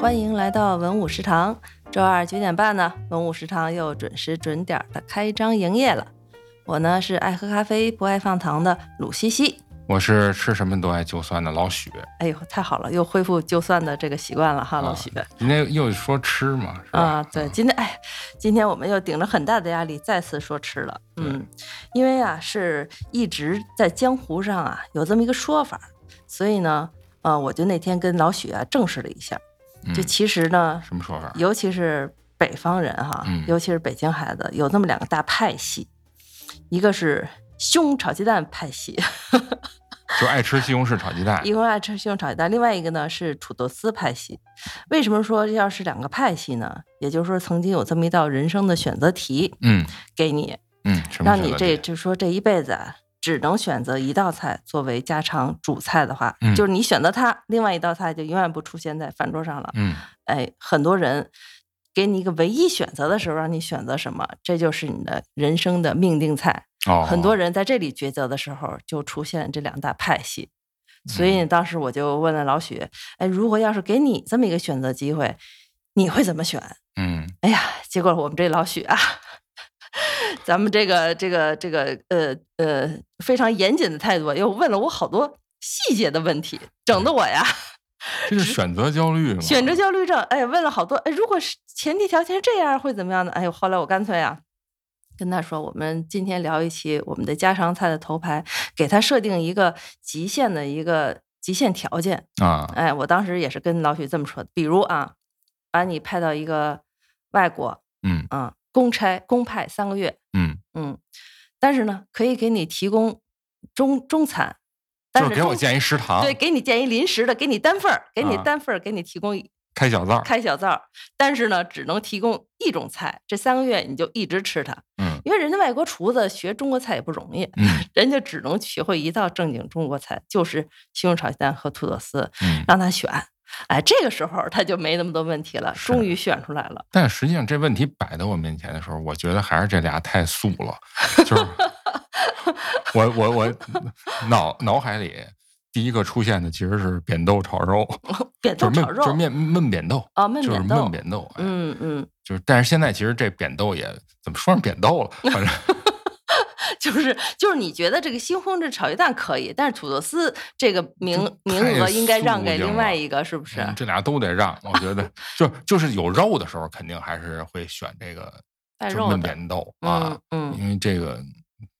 欢迎来到文武食堂。周二九点半呢，文武食堂又准时准点的开张营业了。我呢是爱喝咖啡不爱放糖的鲁西西。我是吃什么都爱就酸的老许，哎呦，太好了，又恢复就算的这个习惯了哈，啊老许。人家又说吃嘛，是吧？啊，对，今天哎，今天我们又顶着很大的压力再次说吃了，嗯，因为啊是一直在江湖上啊有这么一个说法，所以呢，呃，我就那天跟老许啊证实了一下，嗯就其实呢，什么说法？尤其是北方人哈、嗯尤其是北京孩子，有那么两个大派系，一个是胸炒鸡蛋派系，哎就爱吃西红柿炒鸡蛋一。个爱吃西红柿炒鸡蛋，另外一个呢是土豆丝派系。为什么说要是两个派系呢？也就是说，曾经有这么一道人生的选择题嗯给你，嗯，什么让你选择这题就说这一辈子啊，只能选择一道菜作为家常主菜的话，嗯就是你选择它，另外一道菜就永远不出现在饭桌上了。嗯哎，很多人给你一个唯一选择的时候，让你选择什么，这就是你的人生的命定菜。哦，很多人在这里抉择的时候，就出现这两大派系。所以当时我就问了老许，哎，如果要是给你这么一个选择机会，你会怎么选？嗯哎呀，结果我们这老许啊， 咱们这个这个这个呃呃非常严谨的态度啊，又问了我好多细节的问题，整得我呀。这就是选择焦虑嘛，选择焦虑症，哎，问了好多，哎，如果是前提条件是这样，会怎么样呢？哎呦，后来我干脆啊，跟他说，我们今天聊一期我们的家常菜的头牌，给他设定一个极限的一个极限条件。啊，哎，我当时也是跟老许这么说的，比如啊，把你派到一个外国，嗯啊，公差公派三个月，嗯，嗯，但是呢，可以给你提供中中餐，但就是是给我中建一食堂，对，给你建议临时的，给你单份儿，给你啊单份儿，给你提供开小灶，开小灶儿，但是呢，只能提供一种菜，这三个月你就一直吃它，嗯因为人家外国厨子学中国菜也不容易，嗯人家只能学会一道正经中国菜，就是西红柿炒鸡蛋和土豆丝，嗯。让他选。哎，这个时候他就没那么多问题了，是终于选出来了。但实际上，这问题摆到我面前的时候，我觉得还是这俩太素 了，就是我我我脑脑海里第一个出现的其实是扁豆炒肉，扁就豆是炒焖就是肉面焖扁豆，啊，焖就是扁焖豆，扁豆，哎嗯嗯， 就是，但是现在其实这扁豆也怎么说上扁豆了，反正就是就是，你觉得这个西红柿炒鸡蛋可以，但是土豆丝这个 名名太额应该让肃给静另了外一个，是不是？嗯这俩都得让。我 觉得就就是有肉的时候，肯定还是会选这个带就是肉焖的，扁豆啊嗯，嗯因为这个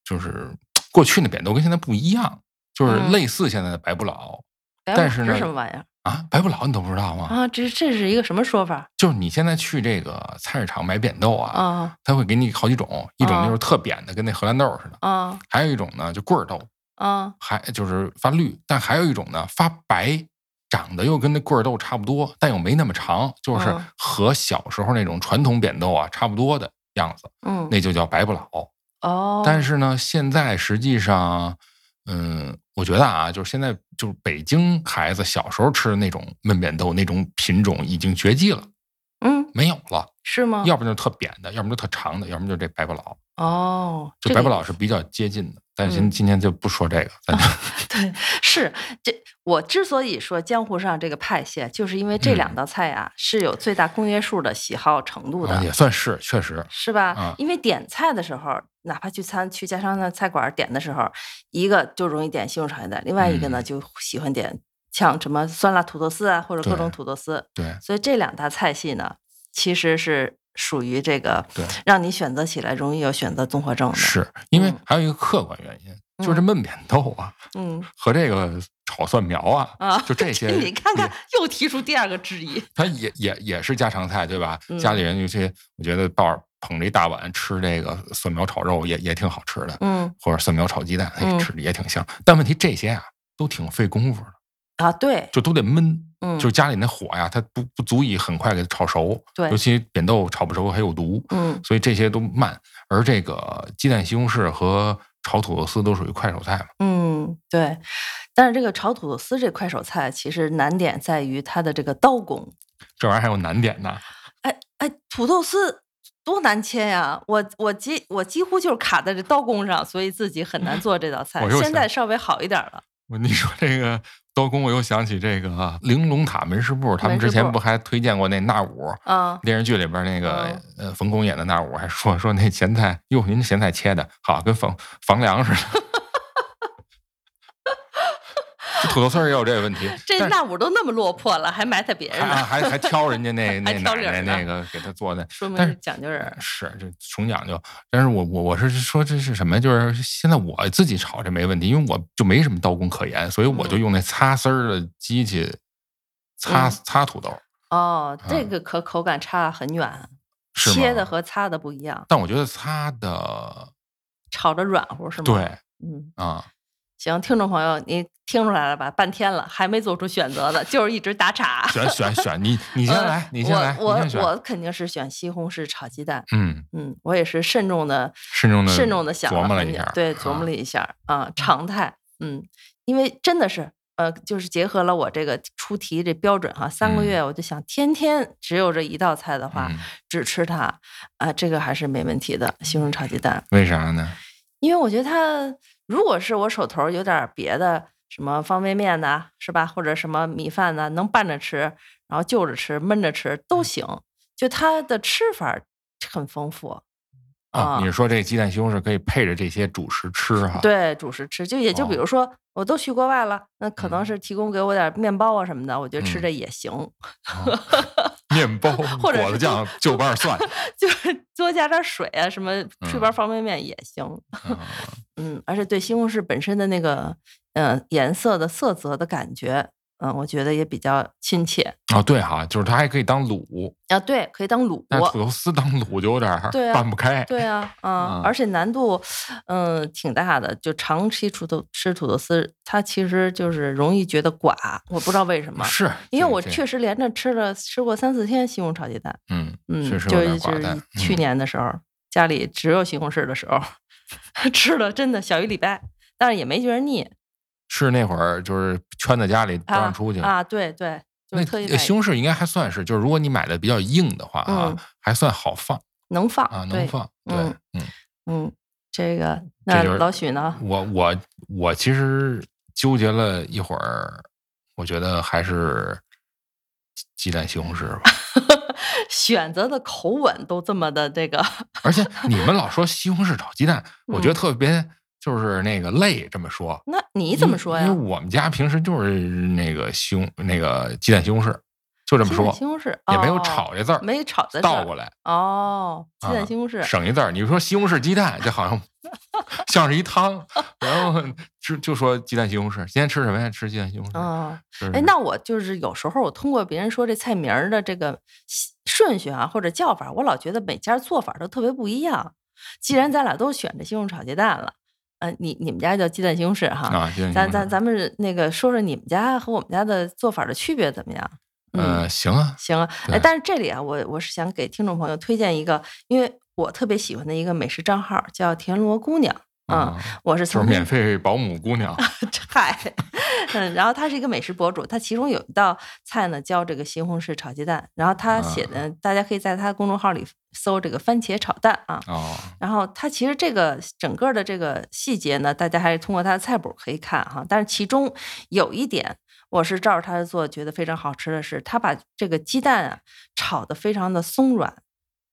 就是过去那扁豆跟现在不一样，就是嗯类似现在的白不老哎但是这呢什么玩意儿啊，白不老你都不知道吗？啊？这这是一个什么说法就是你现在去这个菜市场买扁豆啊，啊它会给你好几种，一种啊就是特扁的，跟那荷兰豆似的，啊还有一种呢就棍儿豆，啊还就是发绿，但还有一种呢发白，长得又跟那棍儿豆差不多，但又没那么长，就是嗯和小时候那种传统扁豆啊差不多的样子，嗯那就叫白不老。哦，但是是呢，现在实际上，嗯，我觉得啊，就是现在就是北京孩子小时候吃的那种焖扁豆那种品种已经绝迹了，嗯没有了，是吗？要不就是特扁的，要么就特长的，要么就这白不老。哦，就这白个不老是比较接近的，但嗯是今今天就不说这个，咱就对是这。我之所以说江湖上这个派系，就是因为这嗯两道菜啊、是有最大公约数的喜好程度的，啊也算是确实，是吧？啊因为点菜的时候，哪怕去餐去家常的菜馆儿点的时候，一个就容易点西红柿炒鸡蛋，另外一个呢、嗯就喜欢点像什么酸辣土豆丝啊，或者各对种土豆丝。对。所以这两大菜系呢，其实是属于这个对让你选择起来容易有选择综合症的。，是因为嗯还有一个客观原因，就是这嗯焖扁豆啊嗯和这个炒蒜苗啊，啊，就这些，你看看，又提出第二个质疑。它也也也是家常菜，对吧？嗯家里人有些，我觉得抱着捧着一大碗吃这个蒜苗炒肉也也挺好吃的，嗯或者蒜苗炒鸡蛋，哎嗯，吃着也挺香。但问题这些啊，都挺费功夫的，啊，对，就都得焖。嗯，就是家里那火呀，它不不足以很快给它炒熟，对尤其扁豆炒不熟还有毒，嗯所以这些都慢。而这个鸡蛋西红柿和炒土豆丝都属于快手菜嘛，嗯对。但是这个炒土豆丝这快手菜，其实难点在于它的这个刀工。这玩意儿还有难点呢。哎哎，土豆丝多难切呀、我我几我几乎就是卡在这刀工上，所以自己很难做这道菜我。又现想在稍微好一点了，我你说这个刀工，我又想起这个啊，玲珑塔门市部，他们门市之前部不还推荐过那纳五啊，电视剧里边那个嗯呃冯巩演的纳五，还说说那咸菜，哟，您咸菜切的好，跟房房梁似的。 这土豆丝儿也有这个问 题，这但是那我都那么落魄了，还埋汰别人还呢，还还挑人家那 那还挑奶理儿奶呢那个给他做的，说明但是是嗯讲究人儿。是这穷讲究。但是我我我是说这是什么？就是现在我自己炒这没问题，因为我就没什么刀工可言，所以我就嗯用那擦丝儿的机器擦、嗯擦土豆，哦，这嗯个可口感差很远，是吗？切的和擦的不一样，但我觉得擦的炒的软乎是吗？对，嗯，啊、行，听众朋友，你听出来了吧？半天了还没做出选择的，就是一直打岔。选选 选你你先呃来，你先来，我你先选我。我肯定是选西红柿炒鸡蛋。嗯，嗯，我也是慎重的、慎重的慎重的想嗯琢磨了很一久下，对，琢磨啊了一下啊，常态，嗯，因为真的是。呃，就是结合了我这个出题这标准哈，三个嗯月我就想天天只有这一道菜的话，嗯只吃它啊、这个还是没问题的。西红柿炒嗯鸡蛋，为啥呢？因为我觉得它如果是我手头儿有点儿别的什么方便面呐、是吧？或者什么米饭呐、能拌着吃，然后就着吃、焖着吃都嗯行。就它的吃法儿很丰富，啊、啊你是说这鸡蛋西红柿可以配着这些主食吃哈？，对主食吃，就也就比哦如说我都去国外了，那可能嗯是提供给我点儿面包啊什么的，我觉得吃嗯这也行， 啊面包、或者果是子酱、就瓣 蒜，就是多加点儿水啊，什么吃包嗯方便面也行。嗯嗯，而且对西红柿本身的那个嗯、呃颜色的色泽的感觉，嗯、我觉得也比较亲切啊，对哈，就是它还可以当卤，啊。对，可以当卤但是土豆丝当卤就有点儿对啊拌不开。对啊，啊、嗯而且难度，嗯、挺大的。就长期土豆吃土豆丝，它其实就是容易觉得寡，我不知道为什么，是，因为这我这确实连着吃了吃过三四天西红柿炒鸡蛋，嗯嗯，确实有就点是寡就淡是。去嗯年的时候，家里只有西红柿的时候， 吃了真的小一礼拜，但是也没觉得腻，是那会儿就是圈在家里不啊让出去。啊，对对，就那是特意呃买西红柿应该还算是，就是如果你买的比较硬的话啊嗯，还算好放能放啊，能对，放。对，嗯嗯，嗯，这个这那就是老许呢？我我我其实纠结了一会儿，我觉得还是鸡鸡蛋西红柿吧。 选择的口吻都这么的这个， 而且你们老说西红柿炒鸡蛋，我嗯觉得特别就是那个累，这么说。那你怎么说呀因？为我们家平时就是那个西红那个鸡蛋西红柿，就这么鸡说蛋，西红柿也没有哦炒这字儿，没炒的倒过来哦，鸡啊蛋西红柿，省一字儿。你说西红柿鸡蛋，这好 像像是一汤，然后吃就说鸡蛋西红柿。今天吃什么呀？吃鸡蛋西红柿。嗯，就是哎，那我就是有时候我通过别人说这菜名儿的这个西顺序啊或者叫法，我老觉得每家做法都特别不一样。既然咱俩都选这西红柿炒鸡蛋了，嗯，你你们家叫鸡蛋西红柿哈，啊，鸡蛋西红咱柿咱咱们那个说说你们家和我们家的做法的区别怎么样？嗯，呃行啊，行啊，哎，对但是这里啊，我我是想给听众朋友推荐一个，因为我特别喜欢的一个美食账号叫田螺姑娘。嗯，啊，我是就从是免费保姆姑娘 嗨，嗯，然后她是一个美食博主，她其中有一道菜呢叫这个西红柿炒鸡蛋，然后啊她写的，大家可以在她的公众号里搜这个番茄炒蛋啊，哦， 然后它其实这个整个的这个细节呢，大家还是通过它的菜谱可以看哈。但是其中有一点，我是照着它的做，觉得非常好吃的是，它把这个鸡蛋啊炒得非常的松软，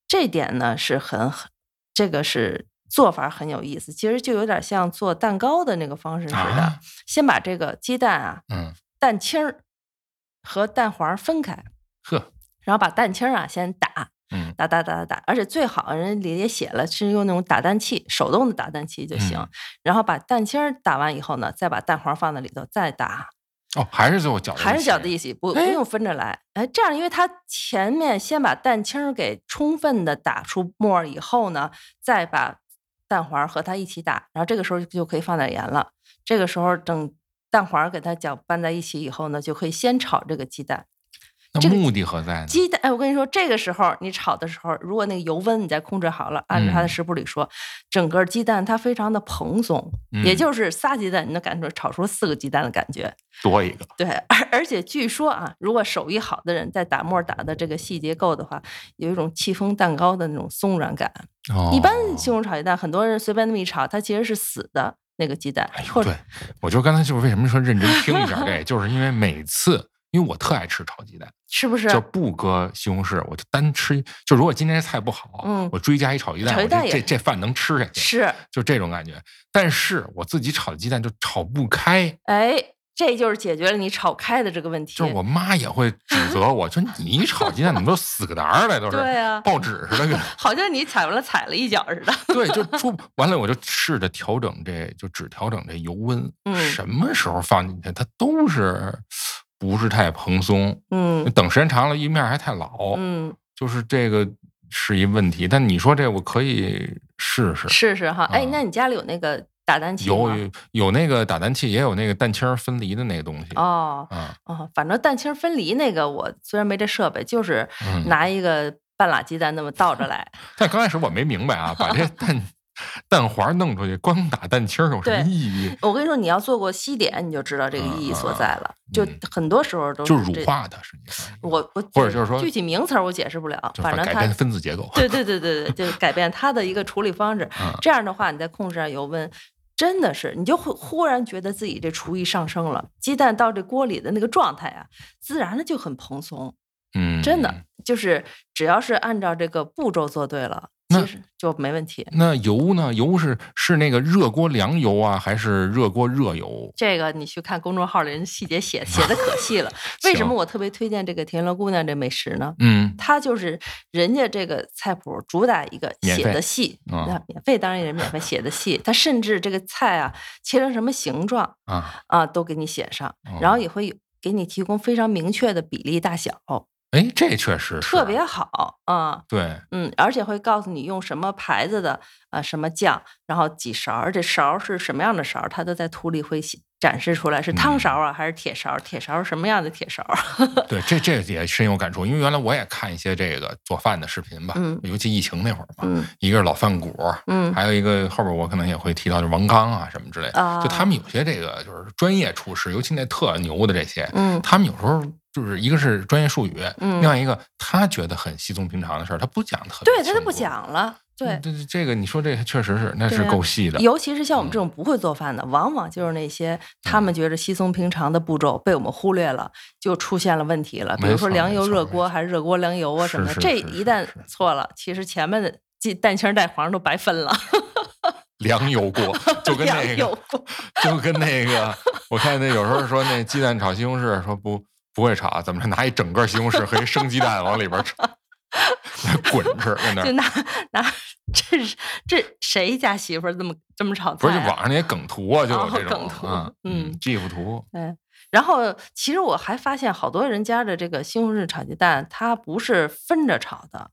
这点呢是很很，这个是做法很有意思。其实就有点像做蛋糕的那个方式似的，啊先把这个鸡蛋啊嗯蛋清儿和蛋黄儿分开，呵然后把蛋清儿啊先打，嗯打打打打打，而且最好啊人家里也写了是用那种打蛋器，手动的打蛋器就行。嗯然后把蛋清儿打完以后呢，再把蛋黄放在里头再打，哦，还是最后搅在一起还是搅在一起，不不哎用分着来。哎，这样因为它前面先把蛋清儿给充分的打出沫儿以后呢，再把蛋黄和它一起打，然后这个时候就可以放点盐了。这个时候等蛋黄给它搅拌在一起以后呢，就可以先炒这个鸡蛋。那这个目的何在呢？鸡蛋，哎，我跟你说，这个时候你炒的时候，如果那个油温你再控制好了，按照它的嗯食谱里说，整个鸡蛋它非常的蓬松，也嗯就是仨鸡蛋你能感觉炒出四个鸡蛋的感觉。多一个对，而而且据说啊，如果手艺好的人在打沫打的这个细节够的话，有一种戚风蛋糕的那种松软感。一般西就哦红柿炒鸡蛋，很多人随便那么一炒，它其实是死的，那个鸡蛋，哎呦，或者对，我就刚才就是为什么说认真听一下 这，就是因为每次，因为我特爱吃炒鸡蛋，是不是？就不搁西红柿，我就单吃。就如果今天这菜不好，嗯我追加一炒鸡蛋，炒鸡蛋我也这这这饭能吃下去，是，就这种感觉。但是我自己炒鸡蛋就炒不开，哎，这就是解决了你炒开的这个问题。就是我妈也会指责 我，说你炒鸡蛋怎么都死个达儿了，都是对啊报纸似的给。好像你踩完了踩了一脚似 的。对，就出完了，我就试着调整这，就只调整这油温，嗯什么时候放进去，它都是不是太蓬松。嗯等时间长了，一面还太老，嗯，就是这个是一问题。但你说这我可以试试，试试哈。哎啊，那你家里有那个打蛋器有吗？有有那个打蛋器，也有那个蛋清儿分离的那个东西啊、哦哦，反正蛋清分离那个，我虽然没这设备，就是嗯拿一个半拉鸡蛋那么倒着来。但刚开始我没明白啊， 把这蛋蛋黄弄出去，光打蛋清儿有什么对意义？我跟你说，你要做过西点，你就知道这个意义所在了。嗯就嗯很多时候都就是乳这。化它，实际上我我或者就是说具体名词儿我解释不了，就是反把正改它变分子结 构。对对对对对，就改变它的一个处理方式。嗯这样的话，你再控制下油温，真的是你就会忽然觉得自己这厨艺上升了。鸡蛋到这锅里的那个状态啊，自然的就很蓬松，嗯，真的就是只要是按照这个步骤做对了，那其实就没问题。那油呢？油是是那个热锅凉油啊，还是热锅热油？这个你去看公众号里人细节写写的可细 了。为什么我特别推荐这个田螺姑娘这美食呢？嗯，它就是人家这个菜谱主打一个免写费的细，啊那免费当然也是免费写的细，它甚至这个菜啊切成什么形状啊，啊都给你写上，然后哦也会有给你提供非常明确的比例大小，哎，这确实是特别好啊。对，嗯，而且会告诉你用什么牌子的啊、什么酱，然后几勺儿，这勺儿是什么样的勺儿，它都在图里会写展示出来，是汤嗯勺儿啊，还是铁勺儿？铁勺儿是什么样的铁 勺儿？对，这这也深有感触，因为原来我也看一些这个做饭的视频吧，嗯尤其疫情那会儿嘛，嗯一个是老饭骨，嗯还有一个后边我可能也会提到，就是王刚啊什么之类的，啊就他们有些这个就是专业厨师，尤其那特牛的这些，嗯他们有时候就是一个是专业术语，嗯另外一个他觉得很稀松平常的事儿，他不讲特别对，他都清不楚。讲了，对嗯。这这这个你说这确实是，那对是啊够细的。嗯尤其是像我们这种不会做饭的，往往就是那些他们觉着稀松平常的步骤被我们忽略了，就出现了问题了。比没如说错凉没油错热没锅错还是热锅凉油啊什么的，是是这是一旦是是错了，其实前面的鸡蛋清带黄都白分了。凉油 锅就跟那凉油个锅 就跟那个，我看那有时候说那鸡蛋炒西红柿，说不不会炒，怎么着拿一整个西红柿和一生鸡蛋往里边炒，滚吃在那就儿。拿拿这是这谁家媳妇儿这么这么炒不菜、是，就啊？网上那些梗图啊，就有哦这种梗图啊嗯，GIF 图，对，然后其实我还发现好多人家的这个西红柿炒鸡蛋，它不是分着炒的，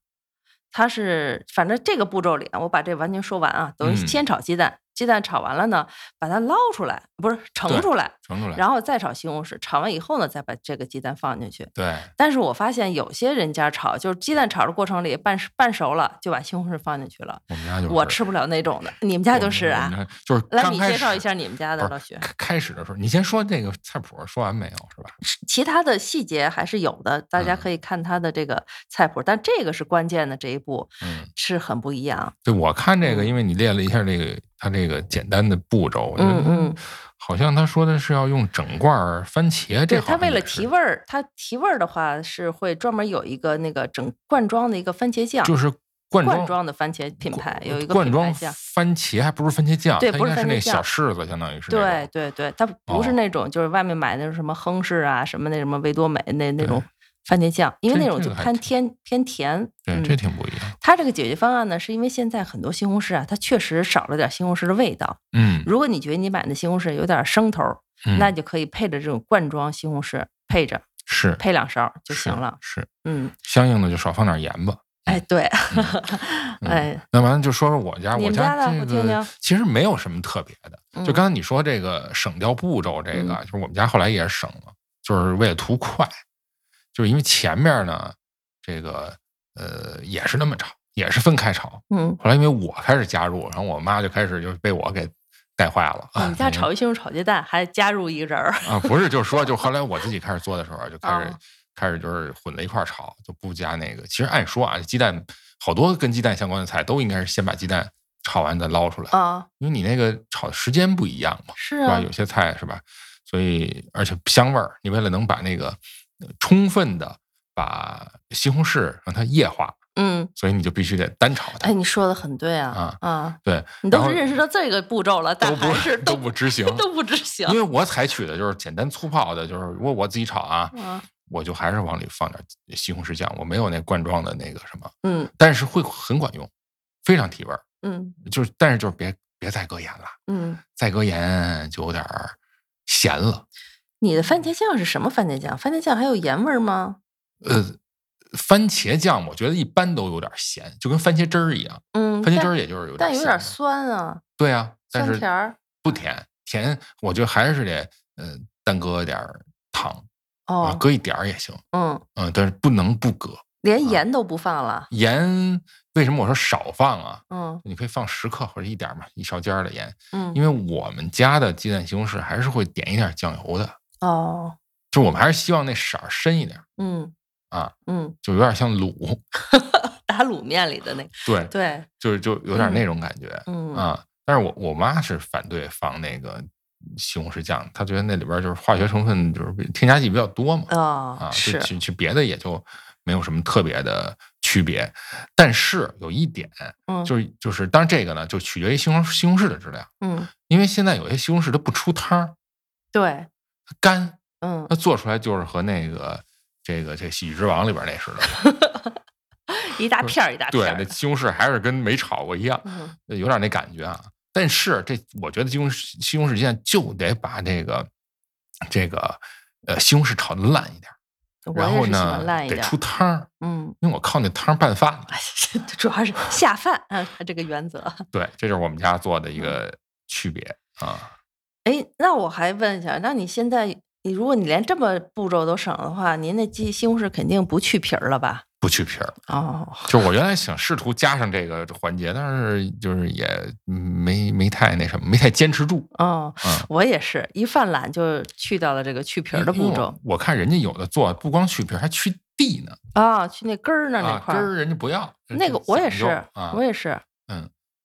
它是反正这个步骤里，我把这完全说完啊，等于嗯先炒鸡蛋，鸡蛋炒完了呢，把它捞出来，不是对盛出来，盛出来。然后再炒西红柿，炒完以后呢，再把这个鸡蛋放进去。对，但是我发现有些人家炒，就是鸡蛋炒的过程里半半熟了，就把西红柿放进去了。我们家就是我吃不了那种的，你们家就是我啊们。家就是来，刚你开介绍一始下你们家不的是老徐。开开始的时候，你先说这个菜谱说完没有是吧？其他的细节还是有的，大家嗯可以看他的这个菜谱，但这个是关键的这一步嗯，是很不一样。对我看这个，嗯因为你列了一下这个它这个简单的步骤，我觉嗯得嗯，好像他说的是要用整罐儿番茄，这对好他像为了也是提味儿，他提味儿的话是会专门有一个那个整罐装的一个番茄酱，就是罐罐装装的番茄品牌有一个罐品牌装酱。番茄，还不是番茄酱，对它不应是该是番那茄酱小柿子，相当于是对那种对对，它不是哦那种就是外面买那种什么亨氏啊、什么那什么维多美那那对种番茄酱，因为这那种这就个还偏挺甜偏甜。对，嗯这挺不一样。它这个解决方案呢，是因为现在很多西红柿啊，它确实少了点西红柿的味道。嗯，如果你觉得你买的西红柿有点生头儿，嗯那你就可以配着这种罐装西红柿配着是配两勺就行是了。是嗯，相应的就少放点盐吧。哎，对， 嗯哎，那完了就说说我家，你我们家呢这我个听听其实没有什么特别的，嗯就刚才你说这个省掉步骤，这个、就是我们家后来也是省了，就是为了图快，就是因为前面呢，这个呃也是那么炒，也是分开炒，嗯，后来因为我开始加入，然后我妈就开始就被我给带坏了。哦哎你们家炒西红柿炒鸡蛋还加入一个人儿，啊，不是，就是说，就后来我自己开始做的时候，就开始哦开始就是混在一块儿炒，就不加那个。其实按说啊，鸡蛋好多跟鸡蛋相关的菜都应该是先把鸡蛋炒完再捞出来，啊，因为你那个炒的时间不一样嘛，是是吧？啊有，些菜是吧？所以而且香味儿，你为了能把那个呃充分的把西红柿让它液化，嗯，所以你就必须得单炒它。哎，你说的很对啊，啊，对，你都然后是认识到这个步骤了，都但不还是 都都，不执行 都不执行因为我采取的就是简单粗暴的，就是如果我自己炒啊，啊，我就还是往里放点西红柿酱，我没有那罐装的那个什么，嗯但是会很管用，非常提味儿。嗯就是但是就是别别再搁盐了，嗯，再搁盐就有点儿咸了。你的番茄酱是什么番茄酱？番茄酱还有盐味儿吗？呃，番茄酱我觉得一般都有点咸，就跟番茄汁儿一样，嗯，番茄但汁儿也就是有点但有点咸的酸啊，对啊，但酸是甜儿。不甜，甜我觉得还是得呃单搁点儿糖啊，哦，搁一点儿也行，嗯，嗯，但是不能不搁。连盐都不放了。盐为什么我说少放啊？嗯你可以放十克或者一点儿嘛，一勺尖儿的盐，嗯，因为我们家的鸡蛋西红柿还是会点一点儿酱油的，哦，就我们还是希望那色儿深一点儿，嗯啊，嗯，就有点像卤，打卤面里的那个，对，对，就是就有点那种感觉、嗯啊。但是我我妈是反对放那个西红柿酱，她觉得那里边儿就是化学成分就是比添加剂比较多嘛，哦啊，，就是去去别的也就没有什么特别的区别。但是有一点，嗯就是就是，当然这个呢，就取决于西红西红柿的质量，嗯，因为现在有些西红柿它不出汤儿，对，它干，嗯 它，做出来就是和那个这个这《喜剧之王》里边 那似的，一大片儿一 大片对，儿那的，西红柿还是跟没炒过一样，嗯有点那感觉啊。但是这我觉得西红柿西红柿现在就得把这个这个呃西红柿炒的烂一点儿，我然也后是喜欢烂呢一得点儿出，汤儿， 嗯，因为我靠那汤儿拌 饭了。哎主要是下饭 啊，这个原则。对，这就是我们家做的一个嗯区别啊。哎，那我还问一下，那你现在你如果你连这么步骤都省的话，您那鸡西红柿肯定不去皮儿了吧？不去皮儿，哦，就是我原来想试图加上这个环节，但是就是也嗯没没太那什么，没太坚持住。哦，嗯我也是一犯懒就去掉了这个去皮儿的因为步骤我我看人家有的做不光去皮儿，还去蒂呢，啊，去那根儿那儿那啊，块根儿，儿人家不要。呃那个就我也讲是究，啊我，也是，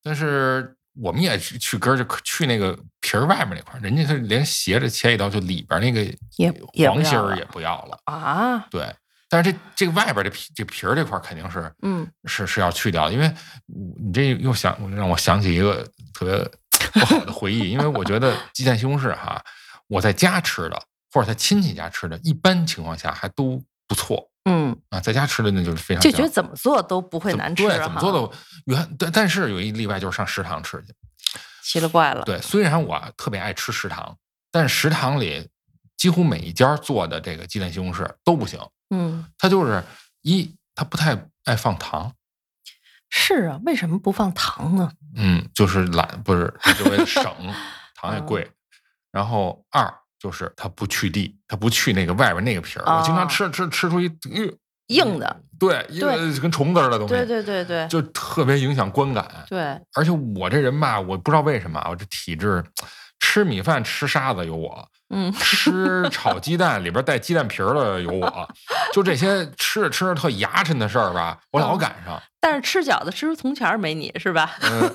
但是我们也去去根儿，就去那个皮儿外面那块儿，人家是连斜着切一刀，就里边那个也也不黄心要儿了也不要了。啊，对，但是这这个外边这皮这皮儿这块儿肯定是嗯，是是要去掉的，因为我你这又想让我想起一个特别不好的回忆，因为我觉得鸡蛋西红柿哈，我在家吃的或者在亲戚家吃的，一般情况下还都不错嗯，啊，在家吃的那就是非常就觉得香怎么做都不会怎么难吃对，怎么做哈都原但但是有一例外就是上食堂吃去，奇了怪了，对，虽然我特别爱吃食堂，但是食堂里几乎每一家做的这个鸡蛋西红柿都不行，嗯，它就是一它不太爱放糖，是啊，为什么不放糖呢？嗯，就是懒，不是，就为了 省糖也嗯贵。然后二就是它不去地，它不去那个外边那个皮儿。我经哦常吃吃吃出一，呃硬的，对，一个跟虫子似的东西，对对对对就特别影响观感。对，而且我这人吧，我不知道为什么啊，我这体质，吃米饭吃沙子有我，嗯吃炒鸡蛋里边带鸡蛋皮儿的有我，就这些吃着吃着特牙碜的事儿吧，我老嗯赶上。，但是吃饺子吃出铜钱儿没你是吧？ 嗯，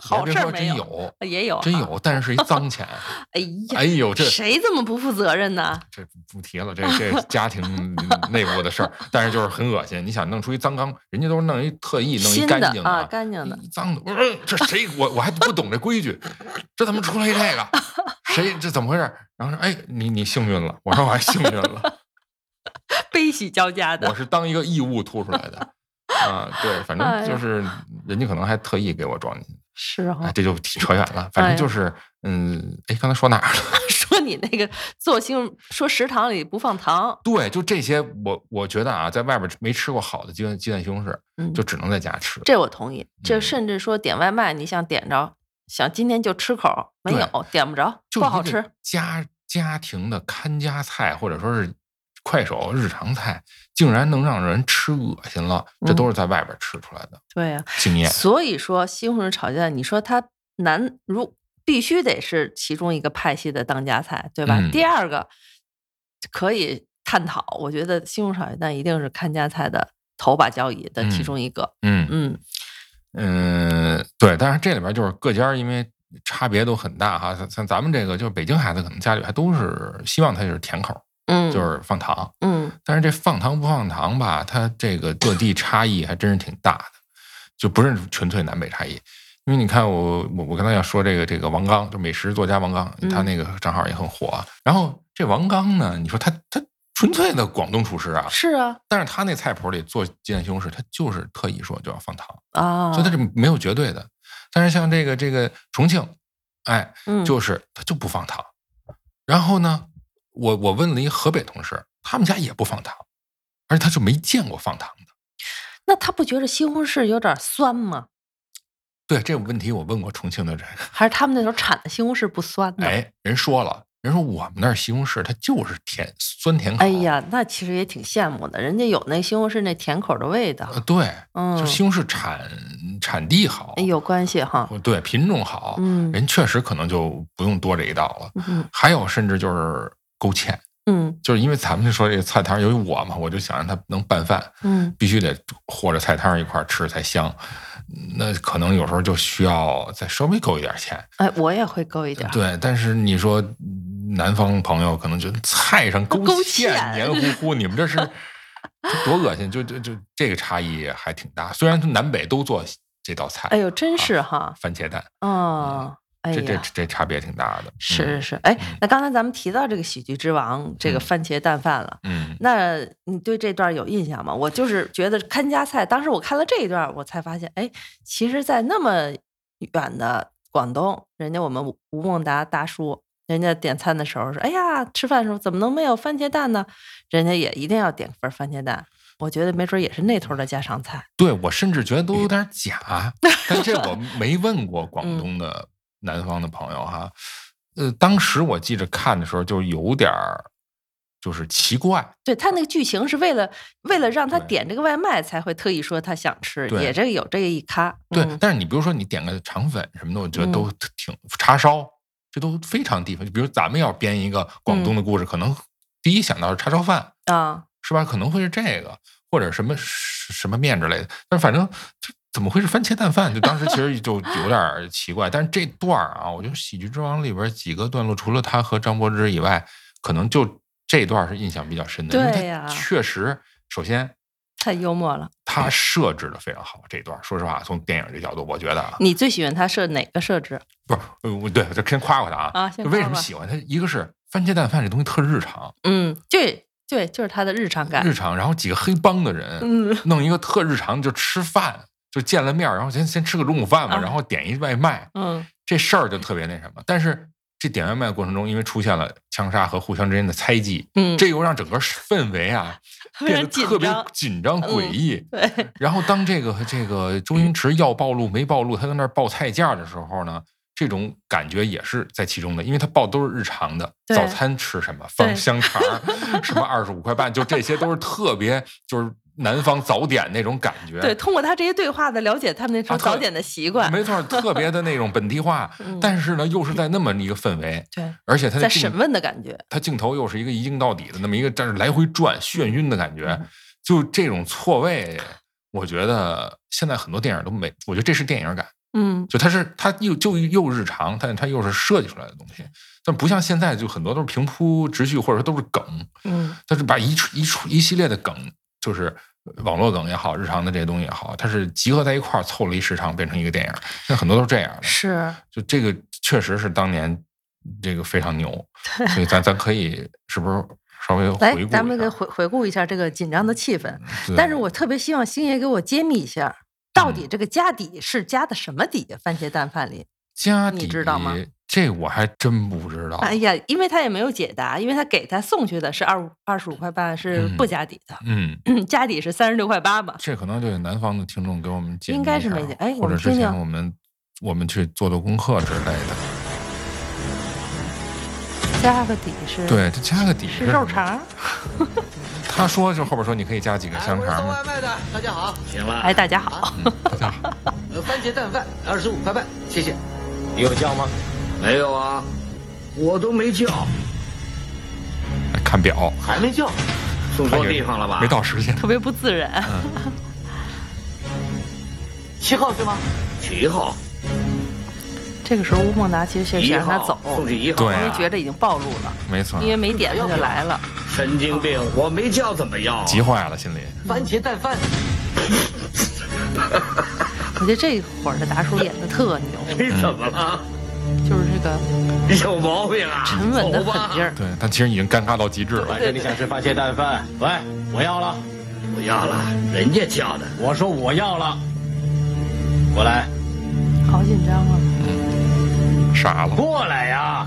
好别事儿说没真有啊有。也有，真。有，但是是一脏钱。哎呀，哎呦，这谁这么不负责任呢？这不提了，这这家庭 内部的事儿，但是就是很恶心。你想弄出一脏缸，人家都是弄一特意弄一新干的净啊，干净的，一脏的，嗯这谁？我我还不懂这规矩，这怎么出来一这个？谁这怎么回事？然后说，哎，你你幸运了。我说我还幸运 了，悲喜交加我的。是当一个异物吐出来的。啊，对，反哎正呀就是人家可能还特意给我装进去，是哎哈，，这就提扯远了。反哦哎正呀就是，嗯，哎，刚才说哪儿了？ 说你那个做星，说食堂里不放糖，对，就这些我，我觉得啊，在外边没吃过好的鸡蛋鸡蛋西红柿，嗯就只能在家吃。这我同意。这嗯甚至说点外卖，你想点着，想今天就吃口，没对有，点不着，就不好一个吃。家家庭的看家菜，或者说是快手日常菜，竟然能让人吃恶心了，这嗯都是在外边吃出来的对呀，经验。所以说西红柿炒鸡蛋，你说它难，如必须得是其中一个派系的当家菜，对吧？嗯第二个可以探讨，我觉得西红柿炒鸡蛋一定是看家菜的头把交椅的其嗯中一个。嗯，嗯，嗯，对，但是这里边就是各家儿因为差别都很大哈，像像咱们这个就是北京孩子，可能家里还都是希望他就是甜口儿，嗯，就是放糖，嗯但是这放糖不放糖吧，它这个各地差异还真是挺大的，就不是纯粹南北差异。因为你看我我我刚才要说这个这个王刚，就美食作家王刚，嗯他那个账号也很火啊。然后这王刚呢，你说他他纯粹的广东厨师啊，是啊但是他那菜谱里做鸡蛋西红柿，他就是特意说就要放糖，啊，所以他是没有绝对的。但是像这个这个重庆，哎，嗯就是他就不放糖。然后呢，我我问了一河北同事，他们家也不放糖，而且他是没见过放糖的。那他不觉得西红柿有点酸吗？对这个问题，我问过重庆的人，还是他们那时候产的西红柿不酸呢？哎，人说了，人说我们那儿西红柿它就是甜酸甜口。哎，呀，那其实也挺羡慕的，人家有那西红柿那甜口的味道呃，，对，嗯就，西红柿产产地好，有关系哈，对品种好，嗯人确实可能就不用多这一道了。嗯还有甚至就是勾芡，嗯就是因为咱们就说这个菜摊儿，由于我嘛，我就想让它能拌饭，嗯必须得和着菜摊儿一块儿吃才香。那可能有时候就需要再稍微勾一点芡，哎，我也会勾一点儿，对。但是你说嗯南方朋友可能觉得菜上勾勾芡芡黏糊糊，你 们这是这多恶心！就就就这个差异还挺大。虽然南北都做这道菜，啊哎呦，真是哈，番茄蛋，哦，哎嗯这这呀。这差别挺大的。是是嗯，是，哎嗯，那刚才咱们提到这个喜剧之王，这个嗯番茄蛋饭了，嗯，那你对这段有印象吗？我就是觉得看家菜，当时我看了这一段，我才发现，哎，其实，在那么远的广东，人家我们吴吴孟达大叔，人家点餐的时候说，哎呀，吃饭的时候怎么能没有番茄蛋呢？人家也一定要点份番茄蛋。我觉得没准也是那头的家常菜。对我甚至觉得都有点假，但这我没问过广东的南方的朋友哈。呃，当时我记着看的时候就有点儿，就是奇怪，对他那个剧情是为了为了让他对点这个外卖才会特意说他想吃，对也这个有这个一咖。对。嗯但是你比如说你点个肠粉什么的，我觉得都挺叉烧，这都非常地方。就比如咱们要编一个广东的故事，可能第一想到是叉烧饭，啊，是吧？可能会是这个，或者什么什么面之类的。但是反正这怎么会是番茄蛋饭？就当时其 实就有点儿奇怪。但是这段儿啊，我觉得《喜剧之王》里边几个段落，除了他和张柏芝以外，可能就这段是印象比较深的，因对为呀他确实，首先太幽默了。他设置的非常好。这段说实话，从电影这角度，我觉得啊，你最喜欢他设哪个设置不是，呃我对，就先夸夸他啊。啊？先就为夸什么夸喜欢他？一个是番茄蛋饭这东西特日常，嗯，对对，就是他的日常感。日常，然后几个黑帮的人，嗯，弄一个特日常，就吃饭，就见了面儿，然后先先吃个中午饭嘛，啊然后点一外卖，嗯这事儿就特别那什么。但是这点外卖的过程中，因为出现了枪杀和互相之间的猜忌，嗯，这又让整个氛围啊 非变常得紧特别张。嗯紧张诡异。对，然后当这个这个周星驰要暴露没暴露，他在那儿报菜价的时候呢。这种感觉也是在其中的，因为他报都是日常的，对早餐吃什么，放对香肠儿，什么二十五块半，就这些都是特别就是南方早点那种感觉。对，通过他这些对话的了解，他们那时候啊特早点的习惯。，没错，特别的那种本地化 嗯但是呢，又是在那么一个氛围，对，而且它在的镜审问的感觉。它镜头又是一个一镜到底的那么一个，但是来回转眩晕的感觉嗯，就这种错位，我觉得现在很多电影都没，我觉得这是电影感，嗯，就它是它又就又日常，但是它又是设计出来的东西，但不像现在就很多都是平铺直叙，或者说都是梗，嗯，它是把一出一出一系列的梗，就是网络梗也好，日常的这些东西也好，它是集合在一块儿凑了一时长，变成一个电影。现在很多都是这样的，是就这个确实是当年这个非 常牛，所以咱咱可以是不是稍微来回顾，咱们一给下回回顾一下这个紧张的气氛。对嗯但是我特别希望星爷给我揭秘一下，到底这个家底是加的什么底呀？番茄蛋饭里？家你底知道吗这我还真不知道。哎呀，因为他也没有解答，因为他给他送去的是二五二十五块半，是不嗯加底的， 嗯，加底是三十六块八嘛。这可能就得南方的听众给我们解应密该一是下没解哎我或们者之听前听我们我们去做做功课之类的。加个底是对，这加个底是什肉么肠儿。他说就后边说你可以加几个香哎肠哎嗯送吗外？卖的，大家好。行了，哎，大家好， 啊呃，番茄蛋饭二十五块半，谢谢。你有叫吗？没有啊，我都没叫，哎看表，还没叫。送看错这地方了吧？没到时间。特别不自然。七号对吗？取号，这个时候，乌梦达其实是一想让他号走，送去一号。对因啊为觉得已经暴露了，没错因，为没点他就来了。神经病，我没叫怎么要？啊急坏了心里。番茄蛋饭，我觉得这会儿的达叔演的特牛， 你怎么了？嗯就是这个你有毛病啊？沉稳的走吧狠劲儿。对他其实已经尴尬到极致了。反正你想吃番茄蛋饭，喂，我要了，不要了，人家叫的。我说我要了，过来，好紧张啊！傻了。过来呀！哦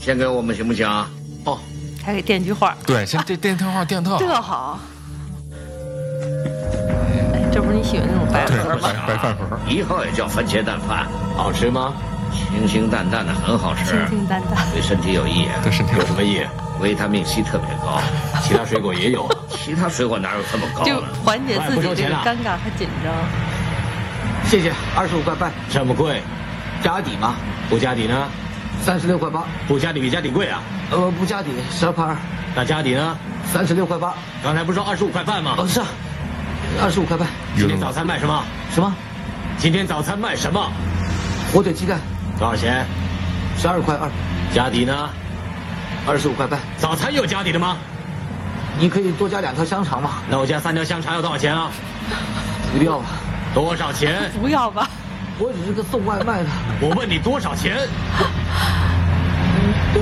先给我们行不啊行？还给电锯画，对，现在这电电话电特好，这好。哎，这不是你喜欢那种白对盒白 吗？白饭盒儿，哦一号也叫番茄蛋饭，好吃吗？清清淡淡的很好清吃，清淡淡，对身体有益，啊对身体有有什么意？维他命 C 特别高。其他水果也有啊。其他水果哪有这么哦高就的？缓解自己哎不收这钱个了尴尬和紧张。谢谢，二十五块半，这么贵，加底吗？不加底呢？三十六块八，不加底比加底贵啊？呃，不加底十二块二，那加底呢？三十六块八，刚才不是说二十五块半吗哦？是啊，二十五块半，今晕天早了。餐卖什么？什么？今天早餐卖什么？火腿鸡蛋多少钱？十二块二，加底呢？二十五块半，早餐有加底的吗？你可以多加两条香肠嘛，那我加三条香肠要多少钱啊？不要吧，多少钱？不要吧，我只是个送外卖的，我问你多少钱？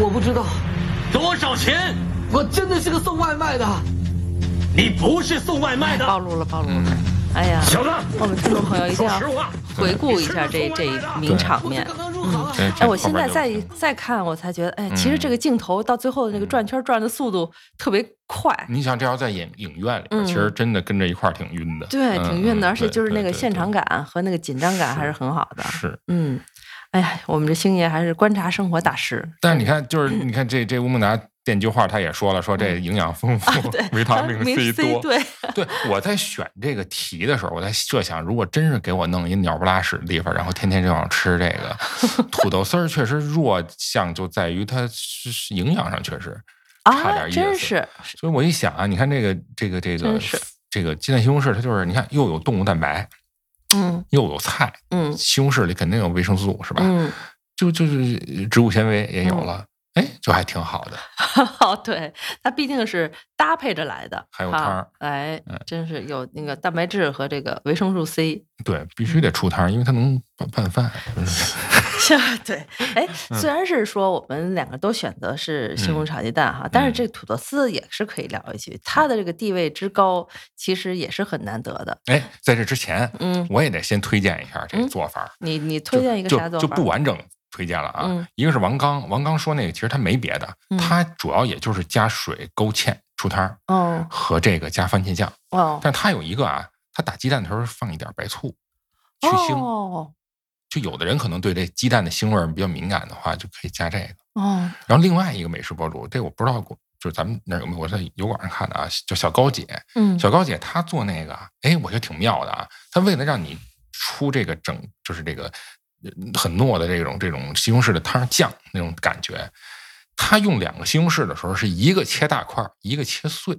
我不知道，多少钱？我真的是个送外卖的，你不是送外卖暴的，露了，暴露了。哎呀，小子，我们听众朋友一定说要实话。回顾一下这这一名场我才面。刚刚入行啊。哎哎，我现在再一，再看，我才觉得，哎，其实嗯这个镜头到最后那个转圈转的速度特别快，你想这要在影影院里边，嗯其实真的跟着一块儿挺晕的。对，嗯挺晕的，嗯而且就是那对个对现场感和那个紧张感还是很好的对。是。嗯，哎呀，我们这星爷还是观察生活大师。但是你看，就是你看这这乌木达电锯画，他也说了，说嗯这营养丰啊富，维他 命 C 多。对，对，我在选这个题的时候，我在设想，如果真是给我弄一鸟不拉屎的地方，然后天天就想吃这个 土豆丝儿，确实弱项就在于它是是营养上确实差啊，点意思。真是所以我一想啊，你看这个这个这个真是这个鸡蛋西红柿，它就是你看又有动物蛋白，嗯又有菜，嗯西红柿里肯定有维生素是吧？嗯，就就是植物纤维也有了，哎、就还挺好的。哦， 对，它毕竟是搭配着来的，还有汤儿啊，哎嗯，真是有那个蛋白质和这个维生素 C，对，必须得出摊儿，因为它能拌拌饭。就是是 对，哎，嗯虽然是说我们两个都选择是西红柿炒鸡蛋哈，嗯但是这土豆丝也是可以聊一句，它的这个地位之高，其实也是很难得的。哎，在这之前，嗯我也得先推荐一下这个做法儿。你你就嗯推荐一个啥做就？就法不？完整推荐了啊。嗯一个是王刚，王刚说那个其实他没别的，嗯他主要也就是加水勾芡出摊儿哦和这个加番茄酱，哦但他有一个啊，他打鸡蛋的时候放一点白醋去腥。哦就有的人可能对这鸡蛋的腥味儿比较敏感的话，就可以加这个。哦，然后另外一个美食博主，这我不知道，就是咱们那儿有没有？我在油管上看的啊，叫小高姐。嗯小高姐她做那个啊，哎，我觉得挺妙的啊。她为了让你出这个整，就是这个呃很糯的这种这种西红柿的汤酱那种感觉，她用两个西红柿的时候是一个切大块儿，一个切碎，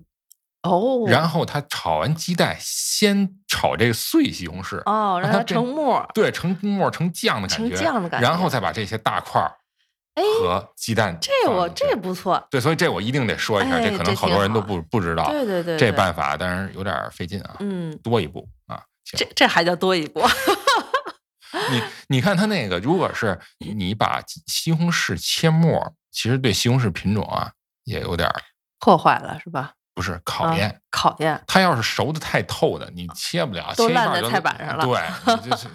哦，然后她炒完鸡蛋先炒这个碎西红柿，哦，让它它变成沫儿， 对，成沫成酱的感成觉，酱的感然觉后再把这些大块儿哎，和鸡蛋这放我进这去不错，对，所以这我一定得说一下，哎这可这能好挺多人都好不不知道，对对对，对这办法，但是有点儿费劲啊，嗯，多一步啊。这行，这还叫多一 步，你你看他那个，如果是你把西红柿切末儿，其实对西红柿品种啊也有点儿破坏了是吧？不是考验。啊考验， 它要是熟的太透的，你切不了，都切一烂半儿在就菜板上了对，你这是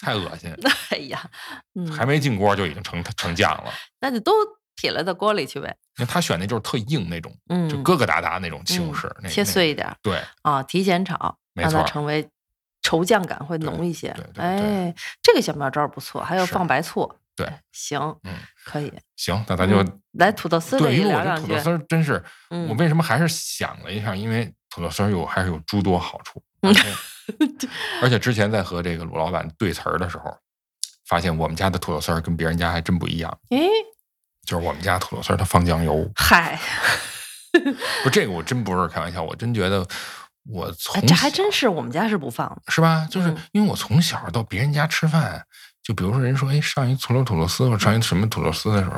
太恶心，哎呀，嗯，还没进锅就已经成成酱了。那就都撇了到锅里去呗，因为他选那就是特硬那种，嗯，就疙疙瘩瘩那种西红柿，那切那碎一点儿对，啊，提前炒，没让它错成为稠酱感会浓一些对对。对哎，这个小妙招不错，还有是放白醋。对哎，行，嗯，可以。行，那咱就嗯来土豆丝这对，一因为聊我觉得两土句豆。丝儿真是，嗯我为什么还是想了一下，因为土豆丝儿有还是有诸多好处，嗯 而且而且之前在和这个鲁老板对词儿的时候，发现我们家的土豆丝儿跟别人家还真不一样，哎，就是我们家土豆丝儿它放酱油，嗨，不，这个我真不是开玩笑，我真觉得我从哎，这还小真是我们家是不放的。是吧？就是嗯因为我从小到别人家吃饭，就比如说人说，哎，上一醋溜土豆丝或者上一什么土豆丝的时候，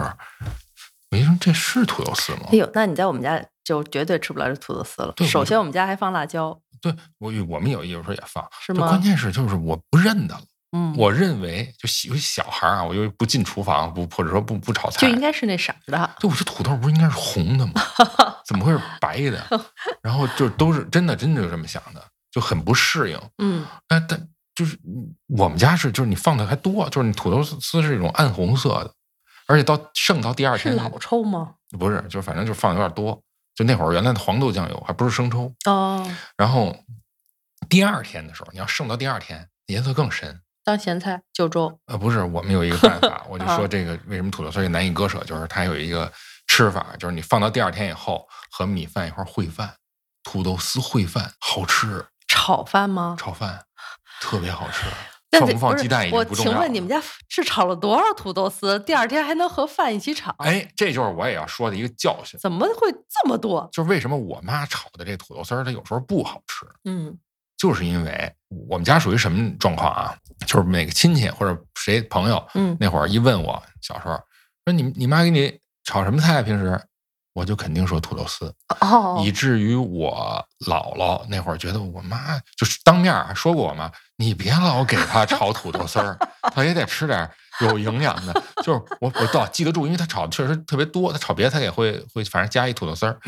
我一说这是土豆丝吗哎？呦，那你在我们家就绝对吃不了这土豆丝了对。我首就先，我们家还放辣椒，对，我我们有有时候也放，是就吗关键是就是我不认得了，嗯，我认为就喜小孩儿啊，我又不进厨房，不或者说不不炒菜，就应该是那色儿的。对，我说土豆不是应该是红 的吗？怎么会是白的？然后就都是真的，真的就这么想的，就很不适应。嗯，那但就是嗯我们家是，就是你放的还多，就是你土豆丝是一种暗红色的，而且到剩到第二是天老抽吗？不是，就是反正就是放的有点多。就那会儿原来的黄豆酱油还不是生抽，哦，然后第二天的时候，你要剩到第二天，颜色更深。当咸菜就粥。呃，不是，我们有一个办法，我就啊说这个为什么土豆丝儿难以割舍，就是它有一个吃法，就是你放到第二天以后和米饭一块儿烩饭，土豆丝烩饭好吃，炒饭吗？炒饭特别好吃。那放得不放是鸡蛋已我经不重请要了。问你们家是炒了多少土豆丝？第二天还能和饭一起炒？，哎，这就是我也要说的一个教训，怎么会这么多？就是为什么我妈炒的这土豆丝儿它有时候不好吃，嗯就是因为我们家属于什么状况啊？就是每个亲戚或者谁朋友嗯，那会儿一问我小时候说你你妈给你炒什么菜啊？平时我就肯定说土豆丝，哦以，至于我姥姥那会儿觉得我妈就是当面儿还说过我妈，你别老给 她炒土豆丝儿，她也得吃点儿有营养的。就是我我倒记得住，因为她炒的确实特别多，她炒别的她也会会反正加一土豆丝儿，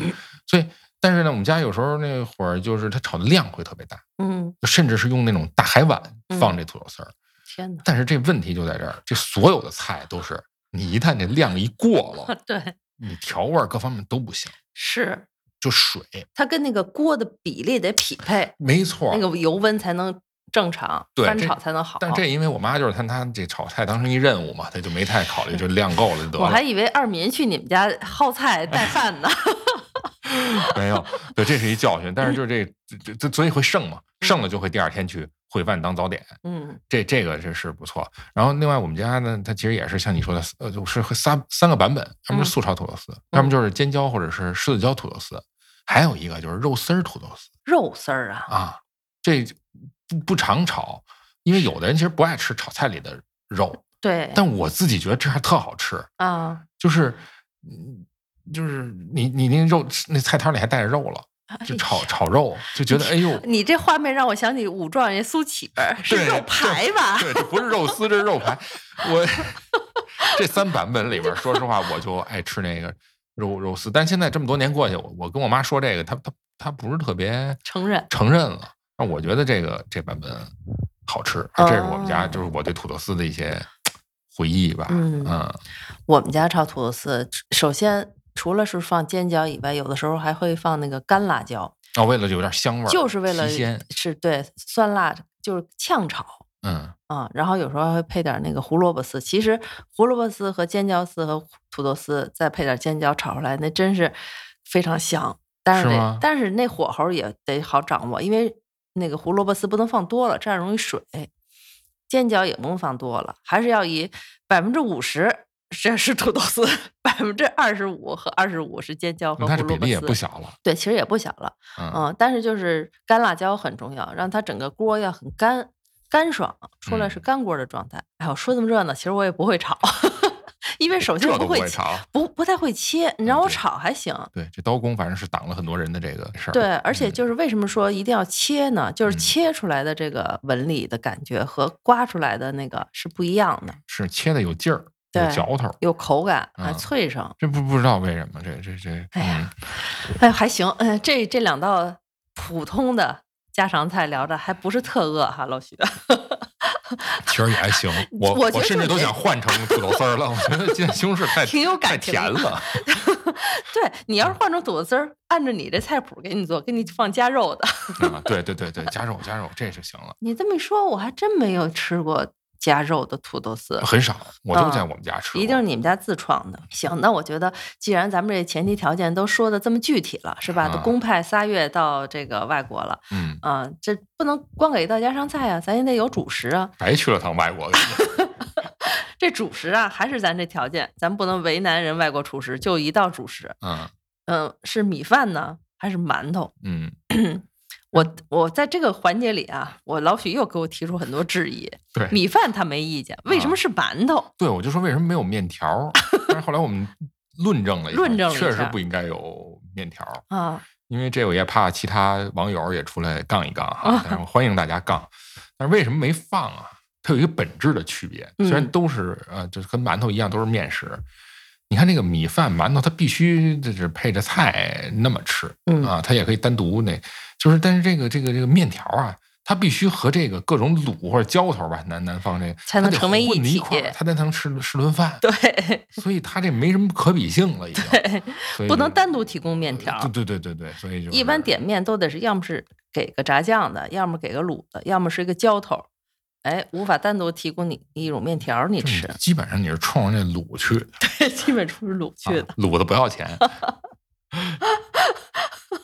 所以。但是呢，我们家有时候那会儿就是她炒的量会特别大，嗯，甚至是用那种大海碗放嗯这土豆丝儿，天哪， 但是这问题就在这儿，这所有的菜都是你一旦这量一过 了，对，你调味儿各方面都不行，是就水它跟那个锅的比例得匹配，没错儿。那个油温才能正常，对翻这炒才能好。但是这因为我妈就是看她这炒菜当成一任务嘛，她就没太考虑，就量够了就得我还了。以为二民去你们家耗哎菜带饭 呢。没有，对，这是一教训。但是就是这这这，所以会剩嘛，剩了就会第二天去烩饭当早点。嗯这这个是是不错。然后另外我们家呢，它其实也是像你说的，呃，就是会三三个版本，要么是嗯素炒土豆丝，要么就是尖椒或者是柿子椒土豆丝，还有一个就是肉丝儿土豆丝肉丝儿啊，啊，这不不常炒，因为有的人其实不爱吃炒菜里的肉，对但我自己觉得这还特好吃，啊，就是嗯，就是你你那肉那菜摊里还带着肉了，就炒哎呀。炒肉，就觉得哎 呦。你这画面让我想起武状元苏乞儿，是对肉这排吧？对，这不是肉丝，这是肉排。我这三版本里边儿，说实话，我就爱吃那个肉肉丝。但现在这么多年过去，我我跟我妈说这个，她她她不是特别承认承认了。但我觉得这个这版本好吃，啊这是我们家、哦就是我对土豆丝的一些回忆吧。嗯我们家炒土豆丝，首先除了是放尖椒以外，有的时候还会放那个干辣椒，那、为了有点香味儿，就是为了提鲜。是对酸辣，就是炝炒嗯，啊。然后有时候还会配点那个胡萝卜丝。其实胡萝卜丝和尖椒丝和土豆丝再配点尖椒炒出来，那真是非常香。但是是得吗但是那火候也得好掌握，因为那个胡萝卜丝不能放多了，这样容易水。尖椒也不能放多了，还是要以百分之五十这是土豆丝， 百分之二十五和二十五是尖椒和那它胡这萝比卜例也不丝。小了。对，其实也不小了，嗯，嗯，但是就是干辣椒很重要，让它整个锅要很干干爽，出来是嗯干锅的状态。哎呦，说这么热闹，其实我也不会炒， 因为首先这我都不不会会切炒。不不太会切，你让嗯我对炒还行。对，这刀工反正是挡了很多人的这个事儿。对，而且嗯就是为什么说一定要切呢？就是嗯切出来的这个纹理的感觉和刮出来的那个是不一样的，是切的有劲儿，有对嚼头儿。有口感，还嗯脆声。这不不知道为什么，这这这，哎呀嗯，哎，还行，嗯，这这两道普通的家常菜聊的还不是特饿哈，老徐。嗯其实也还 行。我我觉得甚就至都是想换成土豆丝儿了，我觉得今天西红柿太挺有太感情甜的了。 对你要是换成土豆丝儿，按照你这菜谱给你做，给你放加肉的。啊，对对对对，加肉加肉，这就行了，你这么一说，我还真没有吃过加肉的土豆丝。很少，我都啊在我们家吃过。一定是你们家自创的。行，那我觉得既然咱们这前提条件都说的这么具体了，是吧？都啊公派仨月到这个外国了，嗯，啊、这不能光给一道家常菜啊，咱也得有主食啊。白去了趟外 国，这主食啊，还是咱这条件，咱不能为难人外国厨师，就一道主食。嗯嗯，是米饭呢，还是馒头？嗯，我我在这个环节里啊，我老许又给我提出很多质疑。对米饭他没意见，为什么是馒头？对，我就说为什么没有面 条儿？但是后来我们论证了一下，论证了一确实下不应该有面条儿，啊，因为这我也怕其他网友也出来杠一杠哦哈。但是我欢迎大家杠，但是为什么没放啊？它有一个本质的区别，嗯虽然都是呃，就是跟馒头一样都是面食。你看这个米饭、馒头，它必须就是配着菜那么吃，嗯啊，它也可以单独那，就是但是这个这个这个面条啊，它必须和这个各种卤或者浇头吧，南南方这个才能它得成为一混一体块儿，它才能吃吃顿饭。对， 所以它这没什么可比性了，已经。所以不能单独提供面条。对对对对对，所以就是一般点面都得是要么是给个炸酱的，要么给个卤的，要么是一个浇头。哎，无法单独提供你一种面条儿你就吃是， 基本上你是冲着那卤去的，嗯基本出是卤去啊的。卤的不 要钱，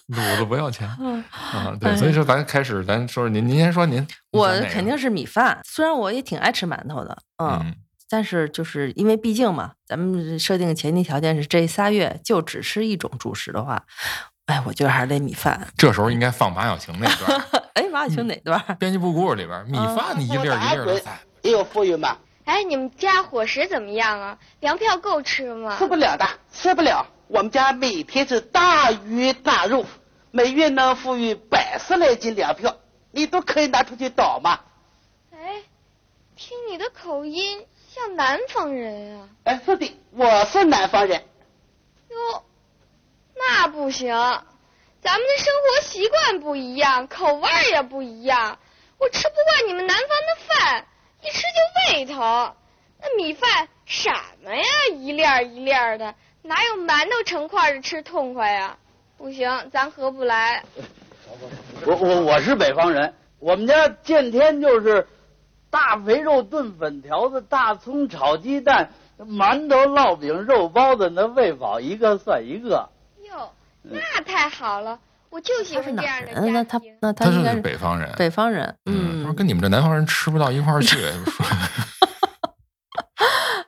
卤的不要钱嗯，啊。哎对，呀所以说咱开始，咱说说您，您先说您，我您先那个肯定是米饭，虽然我也挺爱吃馒头的，嗯，嗯但是就是因为毕竟嘛，咱们设定前提条件是这仨月就只吃一种主食的话，哎，我觉得还是得米饭。这时候应该放马小晴那段儿， 哎，马小晴哪段 儿？编辑部故事里边儿米嗯饭你一粒儿一粒儿的塞，也有浮云吧？哎，你们家伙食怎么样啊？粮票够吃吗吃？不了的，吃不了。我们家每天是大鱼大肉，每月能富裕百十来斤粮票，你都可以拿出去倒嘛。哎，听你的口音像南方人啊。哎，是的，我是南方人，哟，那不行，咱们的生活习惯不一样，口味儿也不一样。我吃不惯你们南方的饭，一吃就胃疼。那米饭什么呀，一粒儿一粒儿的，哪有馒头成块的吃痛快呀？不行，咱合不来。我我我是北方人，我们家见天就是大肥肉炖粉条子、大葱炒鸡蛋、馒头、烙饼、肉包子，那喂饱一个算一个。哟，那太好了，我就喜他是欢这哪样儿呃的人？那家他庭。那他应该是北方人，北方人，嗯，他说嗯跟你们这南方人吃不到一块儿 去，说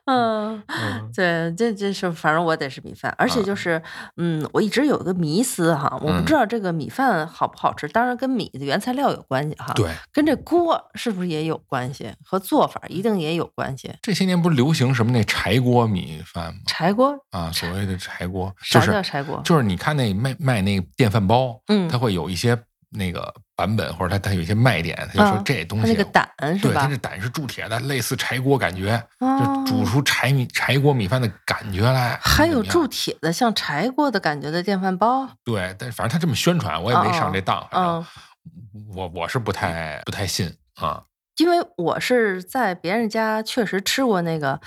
嗯，嗯 对，这这是反正我得是米饭，而且就是，嗯，我一直有一个迷思哈，我嗯不知道这个米饭好不好吃，当然跟米的原材料有关系哈，，对，跟这锅是不是也有关系，和做法一定也有关系。这些年不是流行什么那柴锅米饭吗？柴锅啊，所谓的柴锅，就啥叫是柴锅？就是你看那卖卖那个电饭煲，嗯它会有一些那个版本，或者它它有一些卖点，它就说啊这东它西、那个胆是对，它吧这？胆是铸铁的，类似柴锅感觉，啊就煮出柴米柴锅米饭的感觉来。还有怎么样铸铁的，像柴锅的感觉的电饭煲，对，但是反正他这么宣传，我也没上这当，反正嗯，我我是不太不太信啊。因为我是在别人家确实吃过那个，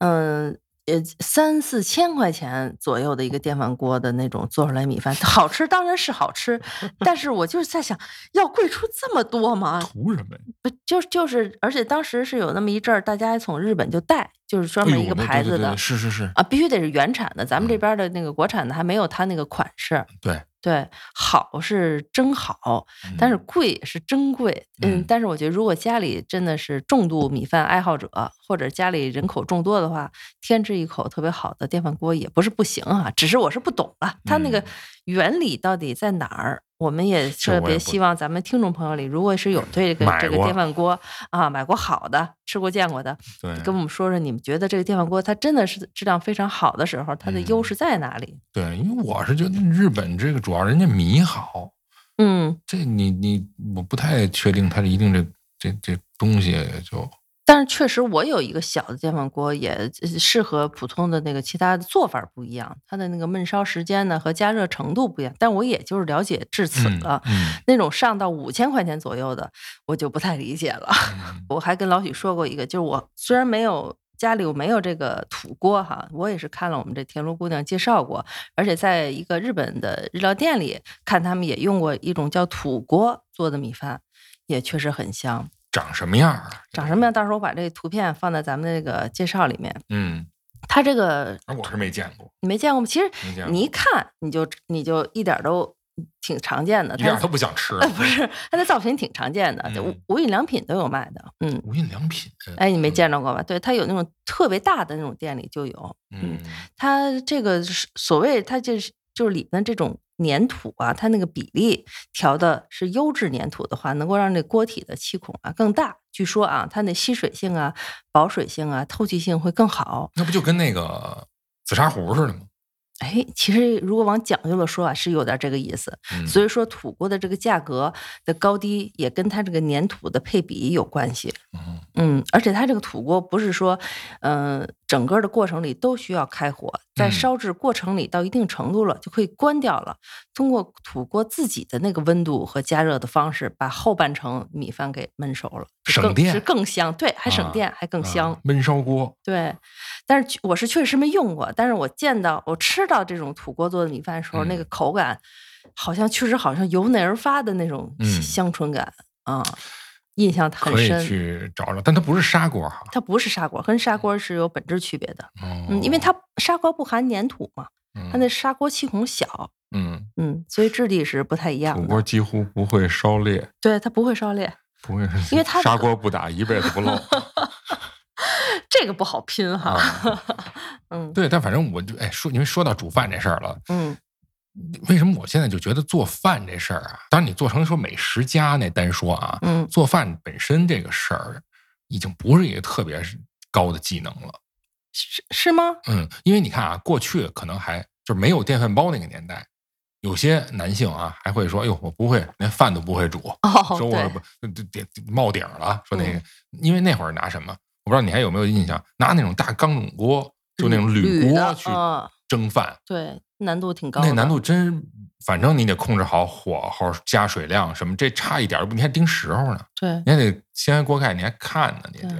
嗯。呃，三四千块钱左右的一个电饭锅的那种做出来米饭，好吃当然是好 吃，但是我就是在想，要贵出这么多吗？图什么呀？不就就是，而且当时是有那么一阵儿，大家从日本就带，就是专哎门呦一个那对牌对子对的对是是是，啊，必须得是原产的，咱们这嗯边儿的那个国产的还没有它那个款式。对对，好是真好，嗯但是贵是真贵。嗯，嗯但是我觉得如果家里真的是重度米饭爱好者，或者家里人口众多的话，添置一口特别好的电饭锅也不是不行啊。只是我是不懂啊，它那个嗯原理到底在哪儿？我们也我特也别不希望咱们听众朋友里，如果是有对这个买这个过电饭锅啊买过好的、吃过见过的，对跟我们说说你们觉得这个电饭锅它真的是质量非常好的时候，它的优势在哪里？对，因为我是觉得日本这个主要人家米好，嗯，这你你我不太确定，它是一定这这这东西就但是确实我有一个小的电饭锅，也呃是和普通的那个其他的做法不一样，它的那个焖烧时间呢和加热程度不一样。但我也就是了解至此了，嗯那种上到五千块钱左右的，我就不太理解了。嗯我还跟老许说过一个，就是我虽然没有家里我没有这个土锅哈，我也是看了我们这田螺姑娘介绍过，而且在一个日本的日料店里看他们也用过一种叫土锅做的米饭，也确实很香。长什么样儿啊？长什么样？到时候我把这个图片放在咱们那个介绍里面。嗯，它这个而我是没见过，你没见过吗？其实没见过你一看你就你就一点儿都挺常见的，一点它儿都不想吃。呃 不是它的造型挺常见的，就无嗯无印良品都有卖的，嗯。无印良品，哎，你没见着过吧？对，它有那种特别大的那种店里就有。嗯？嗯，它这个是所谓它就是就是里面这种粘土啊，它那个比例调的是优质粘土的话，能够让这锅体的气孔啊更大。据说啊，它的吸水性啊、保水性啊、透气性会更好。那不就跟那个紫砂壶似的吗？哎，其实如果往讲究了说啊，是有点这个意思。嗯、所以说土锅的这个价格的高低也跟它这个粘土的配比有关系。嗯嗯，而且它这个土锅不是说，嗯、整个的过程里都需要开火，在嗯烧制过程里到一定程度了就可以关掉了，通过土锅自己的那个温度和加热的方式，把后半程米饭给焖熟了，是省更电是更香，对，还省啊电，还更香。啊焖烧锅，对，但是我是确实没用过，但是我见到我吃到这种土锅做的米饭的时候，那嗯个口感好像确实好像由内而发的那种嗯香醇感啊、印象很可以深。去找找，但它不是砂锅哈。它不是砂锅，跟砂锅是有本质区别的。哦嗯，因为它砂锅不含粘土嘛，它那嗯砂锅气孔小，嗯，嗯，所以质地是不太一样土的。锅几乎不会烧裂，对，它不会烧裂，不会，因为它砂锅不打一辈子不漏 这个不好拼哈。啊！嗯对，但反正我就哎说，因为说到煮饭这事儿了，嗯，为什么我现在就觉得做饭这事儿啊，当然你做成说美食家那单说啊，嗯做饭本身这个事儿已经不是一个特别高的技能了。是是吗？嗯，因为你看啊，过去可能还就是没有电饭煲那个年代，有些男性啊还会说：“哟，我不会，连饭都不会煮。”哦，说我对，嗯不这这这冒顶儿了，说那个，因为那会儿拿什么，我不知道你还有没有印象，拿那种大钢种锅，就那种铝铝锅的去嗯蒸饭，对，难度挺高的。那难度真，反正你得控制好火候、加水量什么，这差一点儿不，你还盯时候呢，对，你还得掀开锅盖，你还看呢，你对对，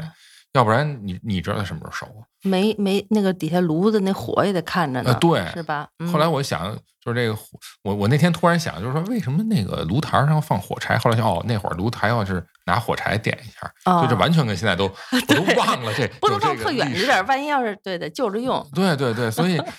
要不然你你知道它什么时候熟啊？没没那个底下炉子那火也得看着呢，呃对是吧？嗯后来我想，就是这个火，我我那天突然想，就是说为什么那个炉台上要放火柴？后来想，哦，那会儿炉台要是拿火柴点一下，啊就这完全跟 现在都我都忘了这，不有能放这个特远历着史点儿，万一要是对的就着用，对对对，所以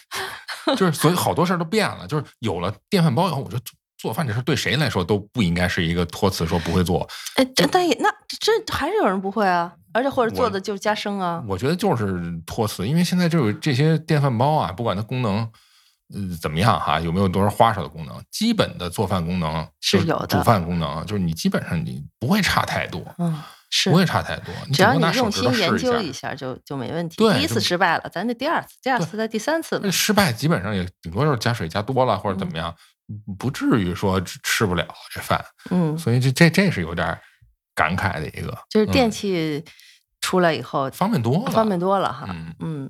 就是所以好多事儿都变了，就是有了电饭煲以后，我觉得做做饭这事儿对谁来说都不应该是一个托词，说不会做。哎，但但也那这还是有人不会啊，而且或者做我的就加生啊，我觉得就是托词，因为现在这个这些电饭煲啊，不管它功能。呃，怎么样哈？有没有多少花哨的功能？基本的做饭功能是就是有的煮饭功能就是你基本上你不会差太多，嗯，是不。会差太多。你只要顶你多拿手用指心头研试究一一下就就没问题。对第一就次失败了，咱就第二次，第二对次再第三次嘛下，。呃失败基本上也顶多就是加水加多了或者怎么样，不至于说吃吃不了这饭。嗯，所以这这这是有点感慨的一个，就是嗯电器出来以后方便多了，方便多了哈。嗯嗯，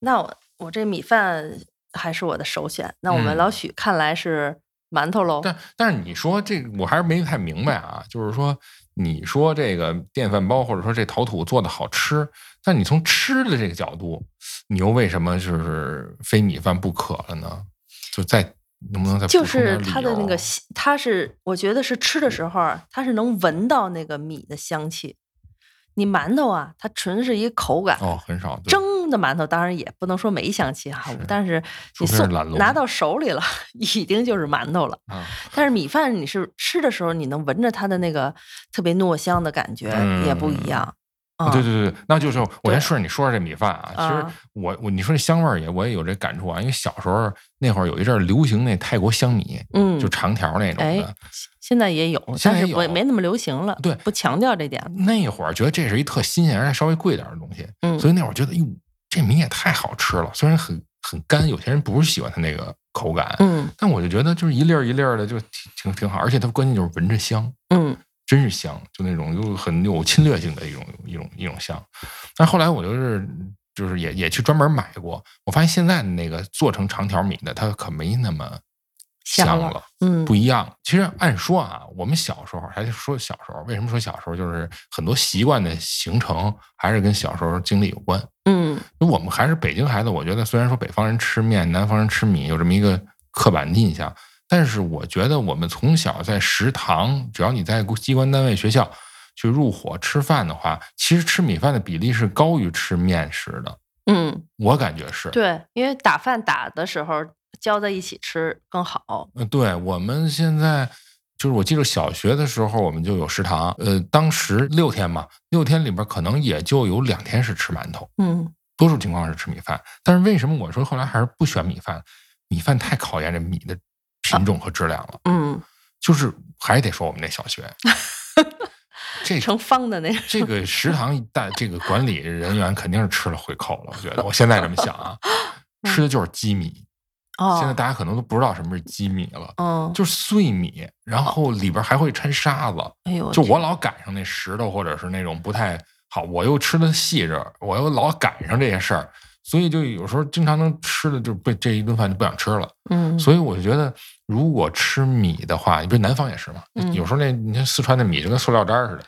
那我我这米饭还是我的首选。那我们嗯老许看来是馒头喽。但但是你说这个，我还是没太明白啊。就是说，你说这个电饭煲或者说这陶土做的好吃，但你从吃的这个角度，你又为什么就是非米饭不可了呢？就再能不能再就补充点是理它的那由个香，它是我觉得是吃的时候啊，它是能闻到那个米的香气。你馒头啊，它纯是一口感。哦很少对蒸的馒头当然也不能说没香气哈，是但是你除非是送懒龙拿到手里了， 已经就是馒头了。啊，但是米饭你是吃的时候，你能闻着它的那个特别糯香的感觉、也不一样。啊、嗯哦对对对，那就是我对先顺着你说说这米饭啊。其啊实我我你说这香味儿也我也有这感触啊，因为小时候那会儿有一阵儿流行那泰国香米，嗯，就长条那种哎的。，现在也有，现但在是也不有没那么流行了，对不强调这点了。那会儿觉得这是一特新鲜，而且稍微贵点儿的东西，嗯所以那会儿觉得，哟，这米也太好吃了。虽然很很干，有些人不是喜欢它那个口感，嗯但我就觉得就是一粒儿一粒儿的，就挺挺挺好。而且它关键就是闻着香，嗯真是香，就那种又很有侵略性的一种一种一种香。但后来我就是就是也也去专门买过，我发现现在那个做成长条米的，它可没那么香香了了。嗯，不一样。其实按说啊，我们小时候还是说小时候，为什么说小时候？就是很多习惯的形成还是跟小时候经历有关。嗯因为我们还是北京孩子，我觉得虽然说北方人吃面，南方人吃米，有这么一个刻板印象，但是我觉得我们从小在食堂，只要你在机关单位、学校去入伙吃饭的话，其实吃米饭的比例是高于吃面食的。嗯，我感觉是，对，因为打饭打的时候浇在一起吃更好。呃，对，我们现在就是我记得小学的时候，我们就有食堂，呃，当时六天嘛，六天里边可能也就有两天是吃馒头，嗯，多数情况是吃米饭。但是为什么我说后来还是不选米饭？米饭太考验这米的品种和质量了。嗯，就是还得说我们那小 学，这成方的那种。这个食堂一旦这个管理人员肯定是吃了回扣了，我 觉得我现在这么想啊，吃的就是机米。嗯哦，现在大家可能都不知道什么是机米了，嗯，就是碎米，然后里边还会掺沙子。哎呦，就我老赶上那石头或者是那种不太好，我又吃的细致，我又老赶上这些事儿，所以就有时候经常能吃的就被这一顿饭就不想吃了。嗯，所以我觉得，如果吃米的话，你比如南方也是嘛，嗯有时候那你看四川的米就跟塑料渣儿似的。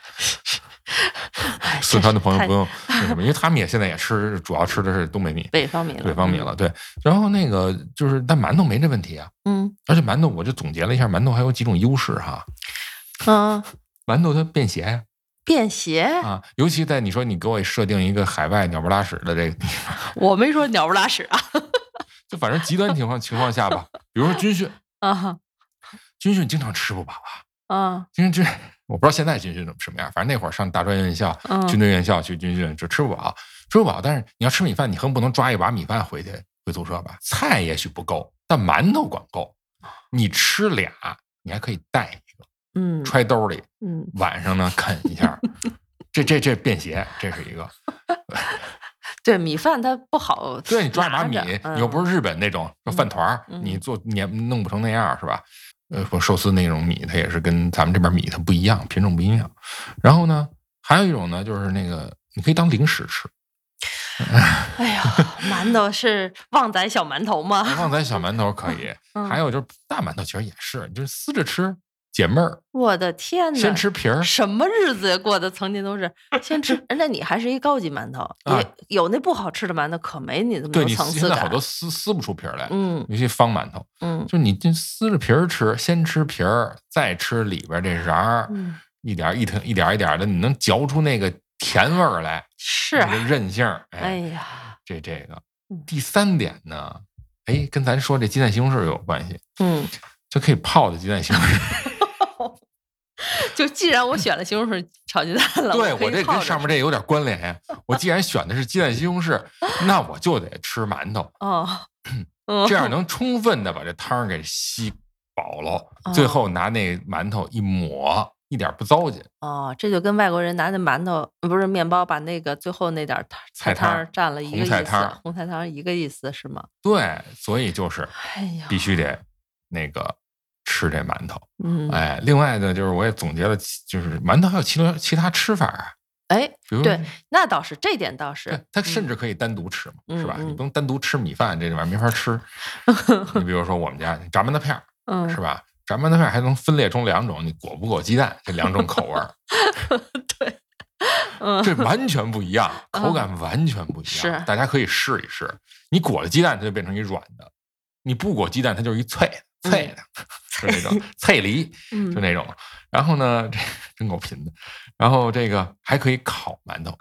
以 四川的朋友不用那什么，因为他们也现在也吃，主要吃的是东北米、北方米了，嗯北方米了。对，然后那个就是，但馒头没这问题啊。嗯。而且馒头，我就总结了一下，馒头还有几种优势哈。嗯嗯，馒头它便携啊呀便携， 啊，尤其在你说你给我设定一个海外鸟不拉屎的这个地方，我没说鸟不拉屎啊就反正极端情况情 况下吧，比如说军训，啊军训经常吃不饱啊。啊军训，我不知道现在军训怎么什么样，反正那会儿上大专院校、嗯军队院校去军训就吃不饱，吃不饱。但是你要吃米饭，你恨不能抓一把米饭回去回宿舍吧。菜也许不够，但馒头管够。你吃俩，你还可以带一个嗯揣兜里，嗯，晚上呢啃一下。这这这便携，这是一个。对，米饭它不好，嗯对，你抓一把米，你又不是，是日本那种说饭团儿，嗯你做你也弄不成那样儿是吧？呃，不寿司那种米，它也是跟咱们这边米它不一样，品种不一样。然后呢，还有一种呢，就是那个你可以当零食吃，哎呀，馒头是旺仔小馒头吗？旺仔小馒头可以，嗯还有就是大馒头其实也是，你就是撕着吃解闷儿，我的天哪！先吃皮儿。什么日子过的，曾经都是先吃。那你还是一高级馒头， 啊也有那不好吃的馒头，可没你那么对多你层现次在好感多。撕撕不出皮儿来，嗯尤其方馒头，嗯就是你这撕着皮儿吃，先吃皮儿，再吃里边这瓤儿，嗯，一点儿一点一点儿一点儿的，你能嚼出那个甜味儿来，是这啊，个韧性儿。哎哎，呀，这这个嗯第三点呢，哎，跟咱说这鸡蛋西红柿有关系，嗯，就可以泡的鸡蛋西红柿。就既然我选了西红柿炒鸡蛋了， 对我可我以这泡跟着上面这有点关联呀。我既然选的是鸡蛋西红柿，那我就得吃 馒头， 哦，嗯，这样能充分的把这汤儿给吸饱了，哦最后拿那馒头一抹，一点儿不糟践。哦，这就跟外国人拿那馒头呃不是面包，把那个最后那点儿汤菜汤儿蘸汤了一个红意菜汤思儿，红菜汤儿一个意思是吗？对，所以就是哎呀，必须得那个吃这馒头。嗯，哎，另外呢，就是我也总结了其，就是馒头还有其他其他吃法啊，哎，比如对，那倒是，这点倒是对，它嗯甚至可以单独吃嘛，是吧？嗯嗯你不能单独吃米饭，这玩意儿没 法吃。你比如说我们家炸馒头片儿，嗯是吧？炸馒头片儿还能分裂出两种，你裹不裹鸡蛋这两种口 味儿，嗯这完全不一样，嗯口感完全不一样。是大家可以试一试。你裹了鸡蛋，它就变成一软的；你不裹鸡蛋，它就是一脆的脆的， 就那种脆梨。嗯就那种。然后呢，这真够贫的。然后这个还可以烤馒头。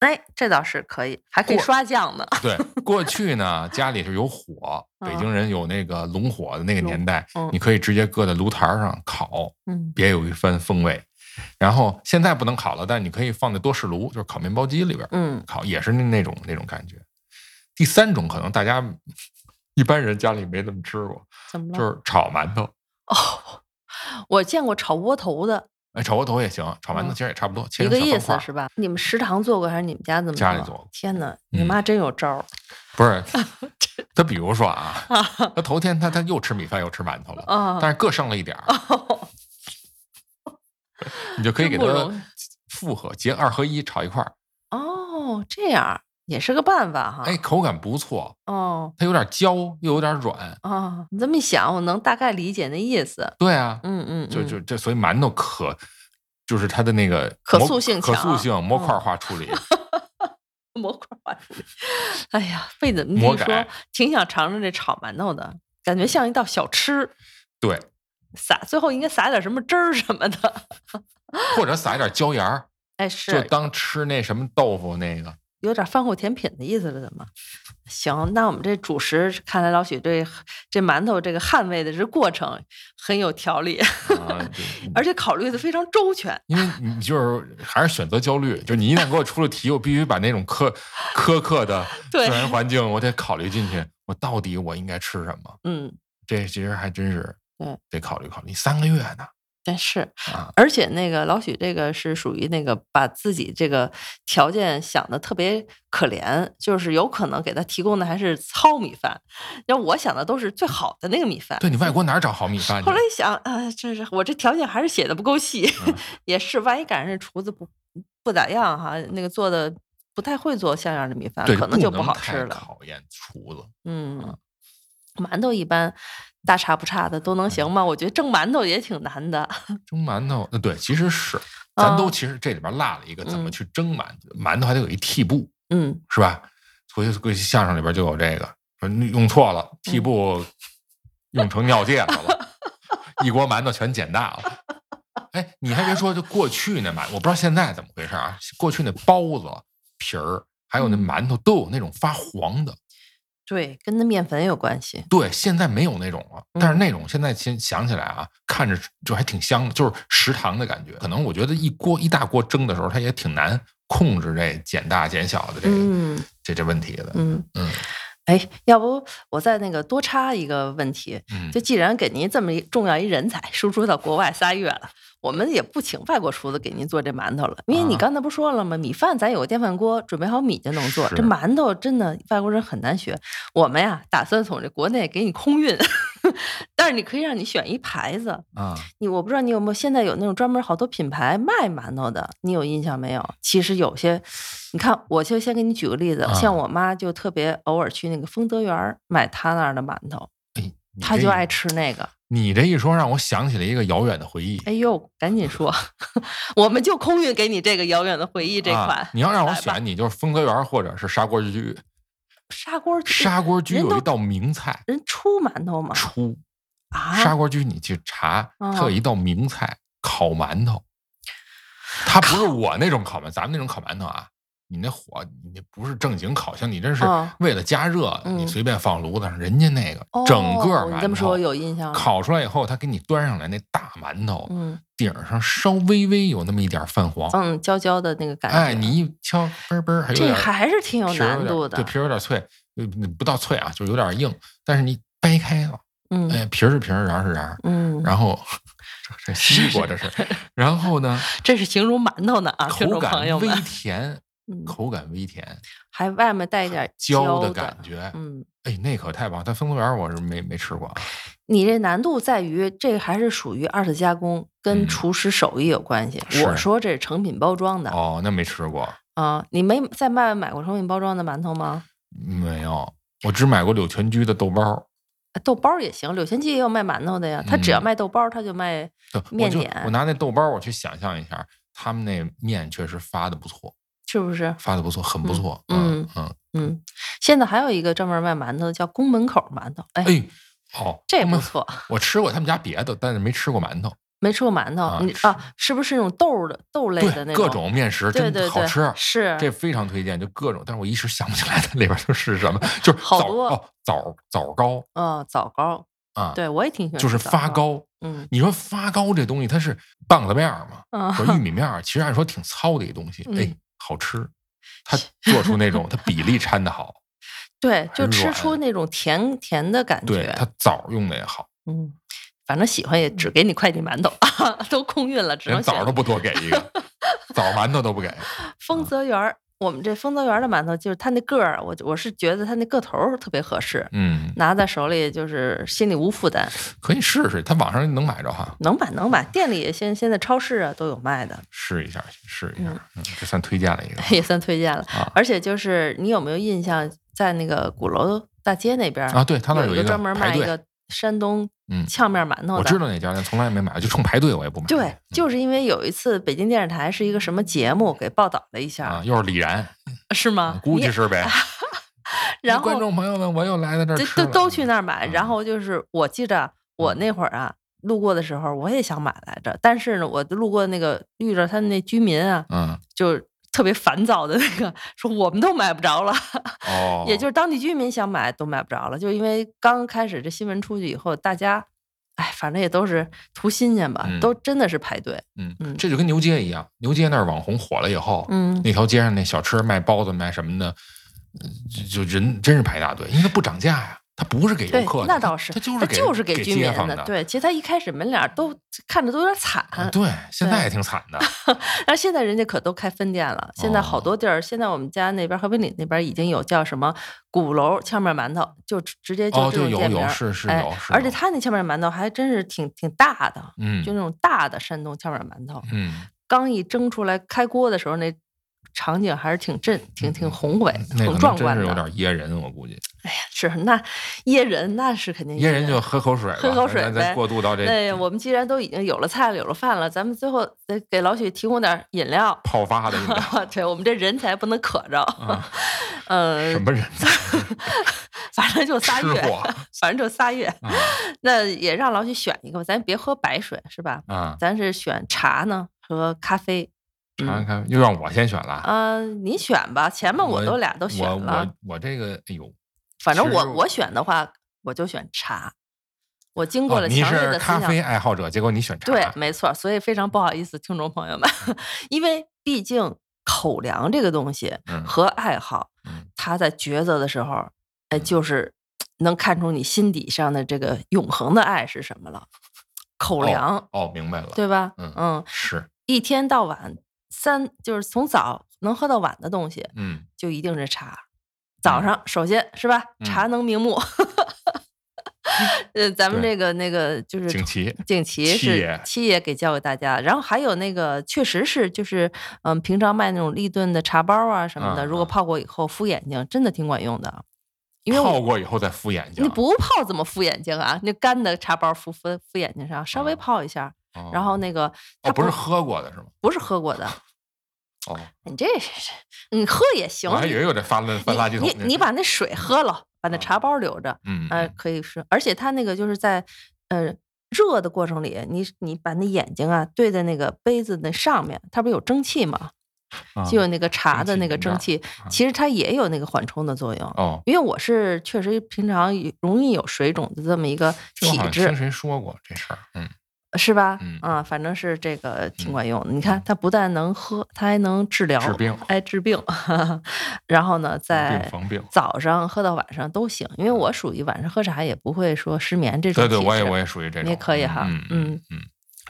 哎，这倒是可以，还可以过刷酱呢。对，过去呢家里是 有火，北京人有那个龙火的那个年代嗯，你可以直接搁在炉台上烤，嗯别有一番风味。然后现在不能烤了，但你可以放在多士炉，就是烤面包机里边 嗯烤，也是那那种那种感觉。第三种可能大家一般人家里没怎么吃过，，怎么就了？是炒馒头。哦，我见过炒窝头的，哎，炒窝头也行，炒馒头嗯其实也差不多，切一成个小意方思块儿。是吧？你们食堂做过还是你们家这么家里做过天哪，你嗯妈真有招儿！不 是，他比如说啊，他头天他他又吃米饭又吃馒头了，啊，但是各剩了一点儿，你就可以给哦真不他容易复合结二合一炒一块儿，哦，这样儿也是个办法哈。哎，口感不错，哦它有点焦又有点软，哦，你这么一想，我能大概理解那意思。对啊，嗯嗯，就嗯就这，所以馒头可就是它的那个可模塑性可强塑性模块嗯化处理，模块化处理。 哎呀，被你们魔一说改，挺想尝尝这炒馒头的，感觉像一道小吃，对，撒最后应该撒点什么汁儿什么的。或者撒一点椒 盐儿，哎，就是当吃那什么豆腐那个，有点饭后甜品的意思了，怎么？行，那我们这主食，看来老许对这馒头这个捍卫的这过程很有条理，啊，就 而且考虑的非常周全。因为你就是还是选择焦虑，就你一旦给我出了题，我必须把那种苛苛刻的 自对然环境，我得考虑进去，我到底我应该吃什么？嗯，这其实还真是对得考虑考虑，三个月呢但是，啊，而且那个老许这个是属于那个把自己这个条件想的特别可怜，就是有可能给他提供的还是糙米饭，要我想的都是最好的那个米饭。对你外国哪儿找好米饭去后来？一想，啊，这是我这条件还是写的不够细，嗯 也是，万一赶上这厨子不不咋样哈，那个做的不太会做像样的米饭，对，可能就不好太啊吃了。考验厨子，嗯，馒头一般大差不差的都嗯能行吗？我觉得蒸馒头也挺难的。蒸馒头，呃，对，其实是咱都嗯其实这里边落了一个怎么嗯去蒸馒头，馒头还得有一屉布，嗯，是吧？所以所以相声里边就有这个，说你用错了，嗯 屉布用成尿介了了，一锅馒头全捡大了。哎，你还别说，就过去那馒，我不知道现在怎么回事啊。过去那包子皮儿，还有那嗯馒头都有那种发黄的，对，跟那面粉有关系。对，现在没有那种嗯了。但是那种现在先想起来啊，看着就还挺香的，就是食堂的感觉。可能我觉得一锅一大锅蒸的时候，它也挺难控制这减大减小的这个、嗯这这问题的。嗯嗯哎，要不我再那个多插一个问题，嗯，就既然给您这么一重要一人才输出到国外仨月了，我们也不请外国厨子给您做这馒头了，因为你啊刚才不说了吗？米饭咱有个电饭锅，准备好米就能做。这是馒头真的外国人很难学，我们呀打算从这国内给你空运， 但是你可以让你选一牌子。啊，你我不知道你有没有现在有那种专门好多品牌卖馒头的，你有印象没有？其实有些，你看，我就先给你举个例子，啊像我妈就特别偶尔去那个丰德园儿买她那儿的馒头，你她这就一爱吃那个。你这一说，让我想起了一个遥远的回忆。哎呦，赶紧说， 我们就空运给你这个遥远的回忆这款。啊，你要让我来吧选，你就是丰泽园或者是砂锅居。砂锅居砂锅居人有都一道名菜人出馒头吗？出，砂啊，锅居你去查，啊它有一道名菜烤馒头。它不是我那种烤馒，咱们那种烤馒头啊，你那火你那不是正经烤箱，你这是啊为了加热，嗯你随便放炉子上。人家那个整个哦馒头，你这么说我有印象了烤出来以后，他给你端上来那大馒头，嗯顶上稍微微有那么一点泛黄，嗯，焦焦的那个感觉。哎，你一敲，嘣嘣，还有这点还是挺有皮儿难点度的对，。皮儿有点脆，呃不到脆啊，就是有点硬，但是你掰开了，嗯哎，皮儿是皮儿，瓤儿是瓤儿，嗯，然 后这这西瓜这是，然后呢，这是形容馒头呢啊，听口众朋友感们微。甜，嗯，口感微甜，还外面带一点焦的感。觉，嗯，哎，那可太棒！但丰泽园我是没没吃过啊，你这难度在于这还是属于二次加工，跟嗯厨师手艺有关系。是我说这是成品包装的哦，那没吃过，啊，你没在外面买过成品包装的馒头吗？没有，我只买过柳泉居的豆包儿。呃豆包儿也行，柳泉记也有卖馒头的呀。他只要嗯卖豆包儿，他就卖。对我面就点我拿那豆包儿，我去想象一下，他们那面确实发的不错，是不是？发的不错，很不嗯错。嗯嗯，嗯，现在还有一个专门卖馒头的，叫宫门口馒头。哎，哎，哦，这也他不们错，我吃过他们家别的，但是没吃过馒头。没吃过馒头，啊你是啊，是不是那种豆儿的豆类的那各种面食对真对对，好吃，是这非常推荐。就各种，但是我一时想不起来它里边都是什么，就是好枣多哦，枣枣糕哦，枣糕，啊，对我也挺喜欢，就是发，糕。嗯 你说发糕这东西，它是棒子面儿嘛，啊，和玉米面儿，其实按说挺糙的一东西， 嗯哎，好吃。它做出那种，它比例掺的好，对，就很吃软出那种甜甜的感对觉，它枣用的也好，嗯，反正喜欢也只给你快递馒头， 都空运了，只连能枣选都不嗯多给一个， 枣馒头都不给。丰泽园儿。我们这丰泽园儿的馒头，就是它那个儿，我我是觉得它那个头儿特别合适，嗯，拿在手里就是心里无负担，可以试试，它网上能买着哈，能买能买，店里也现现在超市啊都有卖的， 试一下，试一下嗯，嗯这算推荐了一个也算推荐了。啊而且就是你有没有印象，在那个鼓楼大街那边儿啊！对他那儿哎有有一一专门排卖一队个山东嗯呛面馒头的，我知道那家，但从来没买，就冲排队我也不买。嗯对，就是因为有一次北京电视台是一个什么节目给报道了一下，啊，又是李然，是吗？估啊你计是呗。然观后众朋友们，我又来到这儿这吃都了都去那儿买，嗯然后就是我记着我那会儿啊。路过的时候，我也想买来着，但是呢，我路过那个遇着他们那居民啊，嗯就特别烦躁的那个，说我们都买不着了，哦，也就是当地居民想买都买不着了，就因为刚开始这新闻出去以后，大家，哎，反正也都是图新鲜吧，嗯都真的是排队，嗯嗯，这就跟牛街一样，牛街那儿网红火了以后，嗯，那条街上那小吃卖包子卖什么的，呃就就人真是排大队，因为它不涨价呀，它不是给游对客的，，那倒是，它就它是就是给居街民坊的，对，其实他一开始门脸儿都看着都有点惨，啊对，现对在也挺惨 的，但是现在人家可都开分店了，现在好哦多地儿，现在我们家那边和平里那边已经有叫什么鼓楼荞面馒头，就直直接哦就这对种有店名有儿，是是哎有是而且有他那荞面馒头还真是挺挺大的，嗯就那种大的山东荞面馒头，嗯，刚一蒸出来开锅的时候那。场景还是挺震、挺挺宏伟、嗯那挺可壮能观的。真是有点噎人，我估计是那噎人，那是肯定噎人就喝口水吧，哎喝口咱水咱呗哎再过渡到这那我们既然都已经有了菜了，有了饭了，咱们最后得给老许提供点饮料。 泡发的饮料对我们这人才不能渴着， 啊，呃什，么人才反正就仨吃月， 货反正就仨月。啊那也让老许选一个吧，咱别喝白水是吧？啊？咱是选茶呢和咖啡。尝嗯，看，又让我先选了。呃你选吧，前面我都俩都选我了我，我这个，哎呦，反正其实我我选的话，我就选茶。我经过哦，了你强烈是的思咖想，啡爱好者，结果你选茶，对，没错，所以非常不好意思，听众朋友们， 因为毕竟口粮这个东西嗯和爱好，嗯它在抉择的时候，哎，就是能看出你心底上的这个永恒的爱是什么了。口粮，哦，明白了，对吧？嗯嗯，是，一天到晚三就是从早能喝到晚的东西，嗯，就一定是茶。早上首先是吧，嗯茶能明 目。呃，咱们对这个那个就是景琦景琦七是爷七爷给教给大家，然后还有那个确实是就是嗯，平常卖那种立顿的茶包啊什么的，啊如果啊泡过以后敷眼睛，真的挺管用的。因为我泡过以后再敷眼睛，你不泡怎么敷眼睛啊？那干的茶包敷敷敷眼睛上，稍微啊泡一下，哦，然后那个它哦，不是喝过的是吗？不是喝 过的，哦，你这是你喝也行我，还以为有这发烂翻垃圾桶你呢，你你把那水喝了，把那茶包留着，啊嗯，呃，嗯可以是，而且它那个就是在呃热的过程里，你你把那眼睛啊对在那个杯子那上面，它不是有蒸汽嘛，啊就有那个茶蒸的汽那个凝蒸罩汽，啊其实它也有那个缓冲的作用。哦，因为我是确实平常有容易有水肿的这么一个这我体好像听质，谁说过这事儿，嗯，是吧？嗯啊，反正是这个挺嗯管用的。你看，它不但能喝，它还能治疗、治病哎，治病。 然后呢，在防病嗯早上喝到晚上都行，因为我属于晚上喝茶也不会说失眠这种对体质。对，我也我也属于这你种，也可以哈嗯嗯嗯嗯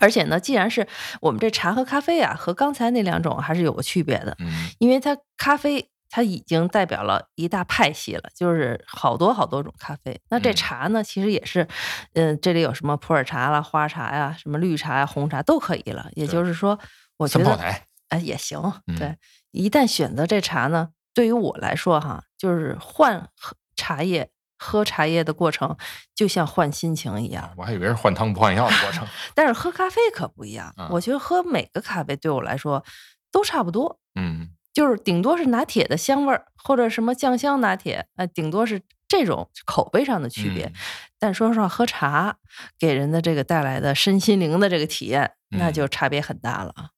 而且呢，既然是我们这茶和咖啡啊，和刚才那两种还是有个区别的，嗯，因为它咖啡它已经代表了一大派系了，就是好多好多种咖啡。那这嗯茶呢，其实也是，嗯，这里有什么普洱茶啦、花茶呀、什么绿茶呀、红茶都可以了。也对就是说，我觉三炮得台，哎也行。嗯对，一旦选择这茶呢，对于我来说哈，就是换喝茶叶。喝茶叶的过程就像换心情一样，啊我还以为是换汤不换药的过程，但是喝咖啡可不一样啊。我觉得喝每个咖啡对我来说都差不多，嗯就是顶多是拿铁的香味儿，或者什么酱香拿铁，呃，顶多是这种口味上的区别。嗯但说实话，喝茶给人的这个带来的身心灵的这个体验，那嗯就差别很大了。啊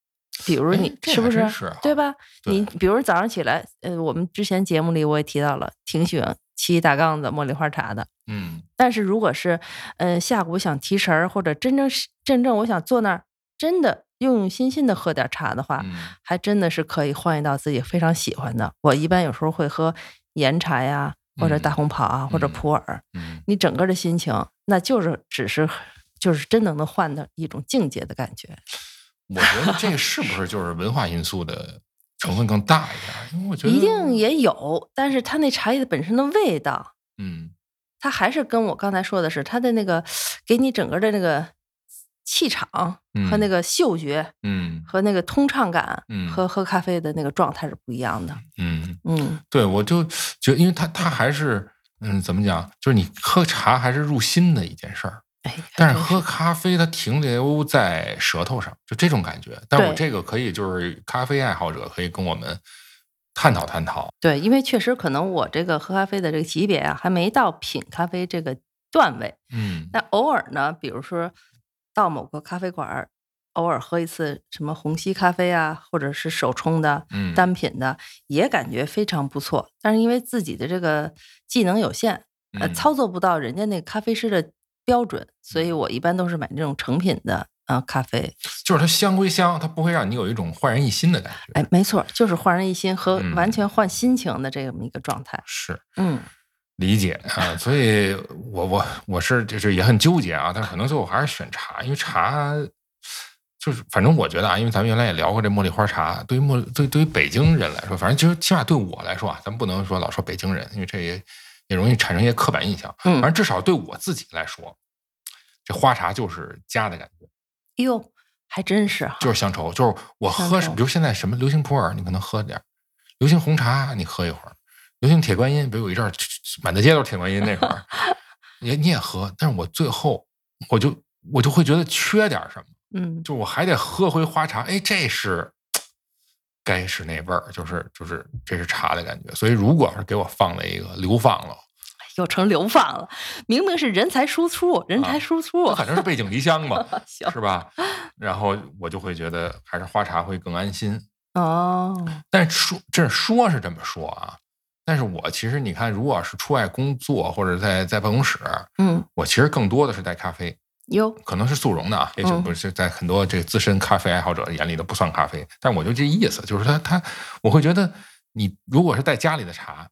比如哎你这是还不是真是哈对吧？对你比如早上起来，呃，我们之前节目里我也提到了，挺喜欢沏大缸子茉莉花茶的。嗯但是如果是，嗯、下午想提神儿，或者真正是真正我想坐那儿，真的用用心心的喝点茶的话，嗯还真的是可以换一道自己非常喜欢的。我一般有时候会喝岩茶呀，或者大嗯红袍啊，或者嗯普洱。嗯，你整个的心情，那就是只是就是真的能换到一种境界的感觉。我觉得这是不是就是文化因素的成分更大一点？因为我觉得一定，也有，但是它那茶叶的本身的味道，嗯它还是跟我刚才说的是，它的那个给你整个的那个气场和那嗯个嗅觉嗯和那个通畅感，嗯和喝咖啡的那个状态是不一样的。嗯，嗯，对，我就觉得，因为它它还是嗯，怎么讲？就是你喝茶还是入心的一件事儿，哎，还但是真喝咖啡它停留在舌头上，就这种感觉。但我对这个可以，就是咖啡爱好者可以跟我们探讨探讨。对，因为确实可能我这个喝咖啡的这个级别啊，还没到品咖啡这个段位。嗯那偶尔呢，比如说到某个咖啡馆儿，偶尔喝一次什么虹吸咖啡啊，或者是手冲的、嗯，单品的，也感觉非常不错。但是因为自己的这个技能有限，呃，嗯操作不到人家那个咖啡师的标准，所以我一般都是买这种成品的啊、呃咖啡。就是它香归香，它不会让你有一种焕然一新的感觉。哎哎，没错儿，就是焕然一新和嗯完全换心情的这么一个状态。是嗯理解啊，所以我我我是就是也很纠结啊，但是可能最后还是选茶，因为茶就是反正我觉得啊，因为咱们原来也聊过这茉莉花茶，对于茉对对于北京人来说，反正就是起码对我来说啊，咱不能说老说北京人，因为这也也容易产生一些刻板印象。嗯反正至少对我自己来说，这花茶就是家的感觉，哎呦，还真是啊哈、就是乡愁，就是我喝什乡么，愁比如现在什么流行普洱，你可能喝点儿流行红茶你喝一会儿，流行铁观音，比如有一阵儿满大街都是铁观音那 会儿，也你也喝，但是我最后我就我就会觉得缺点儿什么，嗯，就我还得喝回花茶，哎，这是该是那味儿，就是就是这是茶的感觉，所以如果要是给我放了一个流放了，又成流放了，明明是人才输出，人才输出，反啊正是背井离乡 嘛，行是吧？然后我就会觉得还是花茶会更安心。哦，但是说这说是这么说啊，但是我其实你看，如果要是出外工作或者在在办公室，嗯，我其实更多的是带咖啡，哟，可能是速溶的啊，也许嗯不是在很多这个资深咖啡爱好者眼里都不算咖啡，但我就这意思，就是他他，我会觉得你如果是在家里的茶，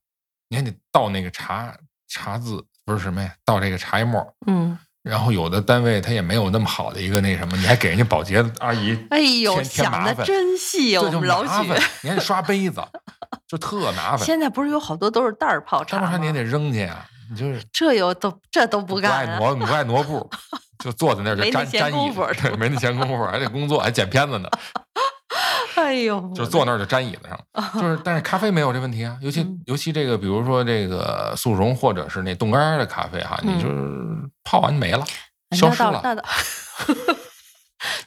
你还得倒那个茶茶渍不是什么呀，倒这个茶叶沫儿。嗯，然后有的单位他也没有那么好的一个那什么，你还给人家保洁阿姨添，哎呦，添想麻的烦真细啊，这我就们老麻许烦，你还得刷杯子，就特麻烦。 现在不是有好多都是袋儿泡茶张宝吗？山你也得扔去啊，你就是这又都这都不不爱干、啊，挪，不爱挪步，就坐在那儿就没那粘闲粘椅工夫子，对没那闲工夫，还得工作，还剪片子呢，哎呦，就坐那儿就粘椅子上了。就是，但是咖啡没有这问题啊，尤其嗯尤其这个，比如说这个速溶或者是那冻干儿的咖啡哈，嗯你就是泡完没了，哎消那失倒了。那倒，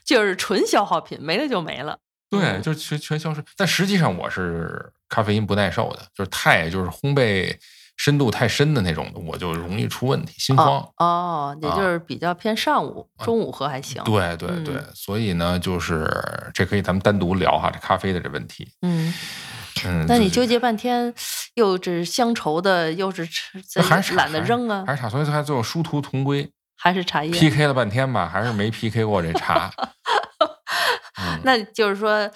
就是纯消耗品，没了就没了。对，就全全消失。但实际上我是咖啡因不耐受的，就是太就是烘焙深度太深的那种的，我就容易出问题，心慌。哦，也啊就是比较偏上午、中午喝还行。，对对嗯对，所以呢，就是这可以咱们单独聊哈，这咖啡的这问题。嗯，嗯，那就你是纠结半天，又是乡愁的，又是吃，还是懒得扔啊，还是茶，所以他最后殊途同归还是茶叶？ ，PK 了半天吧，还是没 PK 过这 茶。嗯，那就是说，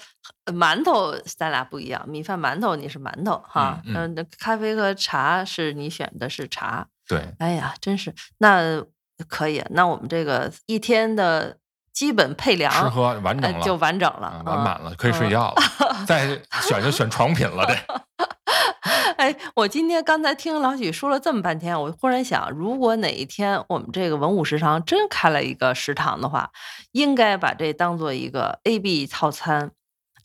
呃馒头咱俩不一样，米饭馒头你是馒头哈，嗯嗯那咖啡和茶是你选的是茶，对，哎呀，真是那可以，那我们这个一天的基本配粮吃喝完整呃了，就完整了啊，嗯完满了，可以睡觉了。 再选就选床品了，得。 哎，我今天刚才听老许说了这么半天，我忽然想，如果哪一天我们这个文武食堂真开了一个食堂的话，应该把这当做一个 A B 套餐。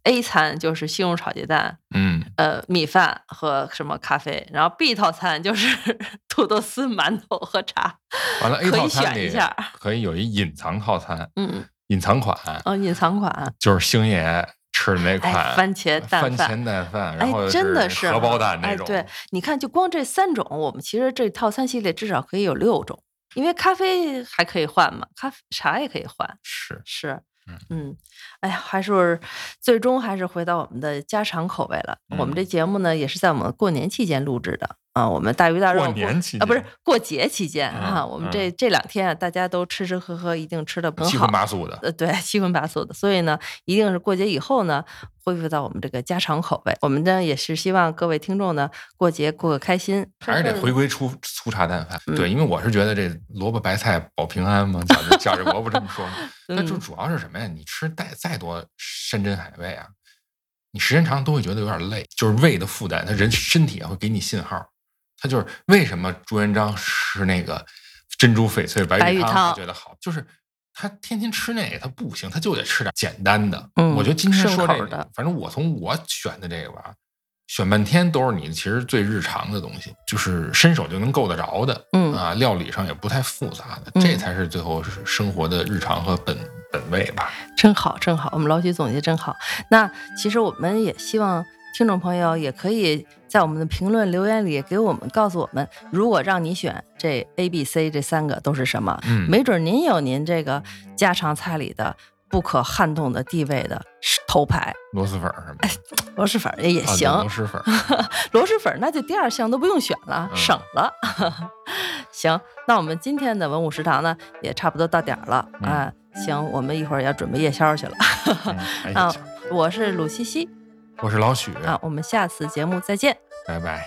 A 餐就是西红柿炒鸡蛋，嗯，呃，米饭和什么咖啡，然后 B 套餐就是 土豆丝、馒头和茶。完了 A 可以套餐选一里下可以有一隐藏套餐，嗯，隐藏款哦，隐藏款，就是星爷吃的那哎，款番茄蛋饭，番茄蛋饭，然后哎，真的是是荷包哈蛋那哎。种。对，你看，就光这三种，我们其实这套餐系列至少可以有六种，因为咖啡还可以换嘛，咖啡茶也可以换，是是。嗯，哎呀，还是最终还是回到我们的家常口味了。嗯我们这节目呢，也是在我们过年期间录制的啊。我们大鱼大肉过年期啊，不是间过节期间啊。嗯我们这这两天啊，大家都吃吃喝喝，一定吃的很七好荤。八素的。呃，对，七荤八素的，所以呢，一定是过节以后呢，恢复到我们这个家常口味。我们呢也是希望各位听众呢，过节过个开心，还是得回归粗粗茶淡饭，嗯对，因为我是觉得这萝卜白菜保平安嘛，贾志贾志国不这么说 吗？但就嗯主要是什么呀？你吃再再多山珍海味啊，你时间长都会觉得有点累，就是胃的负担，他人身体也会给你信号。他就是为什么朱元璋吃那个珍珠翡翠白白玉玉汤汤他觉得好，就是他天天吃那个他不行，他就得吃点简单的。嗯我觉得今天顺说这口个的，反正我从我选的这个吧，选半天都是你其实最日常的东西，就是伸手就能够得着的，嗯啊，料理上也不太复杂的，嗯这才是最后是生活的日常和本本味吧。真好，真好，我们老许总结真好。那其实我们也希望听众朋友也可以在我们的评论留言里给我们告诉我们，如果让你选这 A、B、C 这三个都是什么，嗯，没准您有您这个家常菜里的不可撼动的地位的头牌，螺蛳粉儿什么的，螺蛳粉儿也也啊哎行。对螺蛳 粉儿，螺蛳粉儿，那就第二项都不用选了，嗯省了。 行，那我们今天的文武食堂呢，也差不多到点儿了、嗯啊。行，我们一会儿要准备夜宵去了。 嗯哎啊呀，嗯我是鲁西西啊我是老许，啊，我们下次节目再见。拜拜。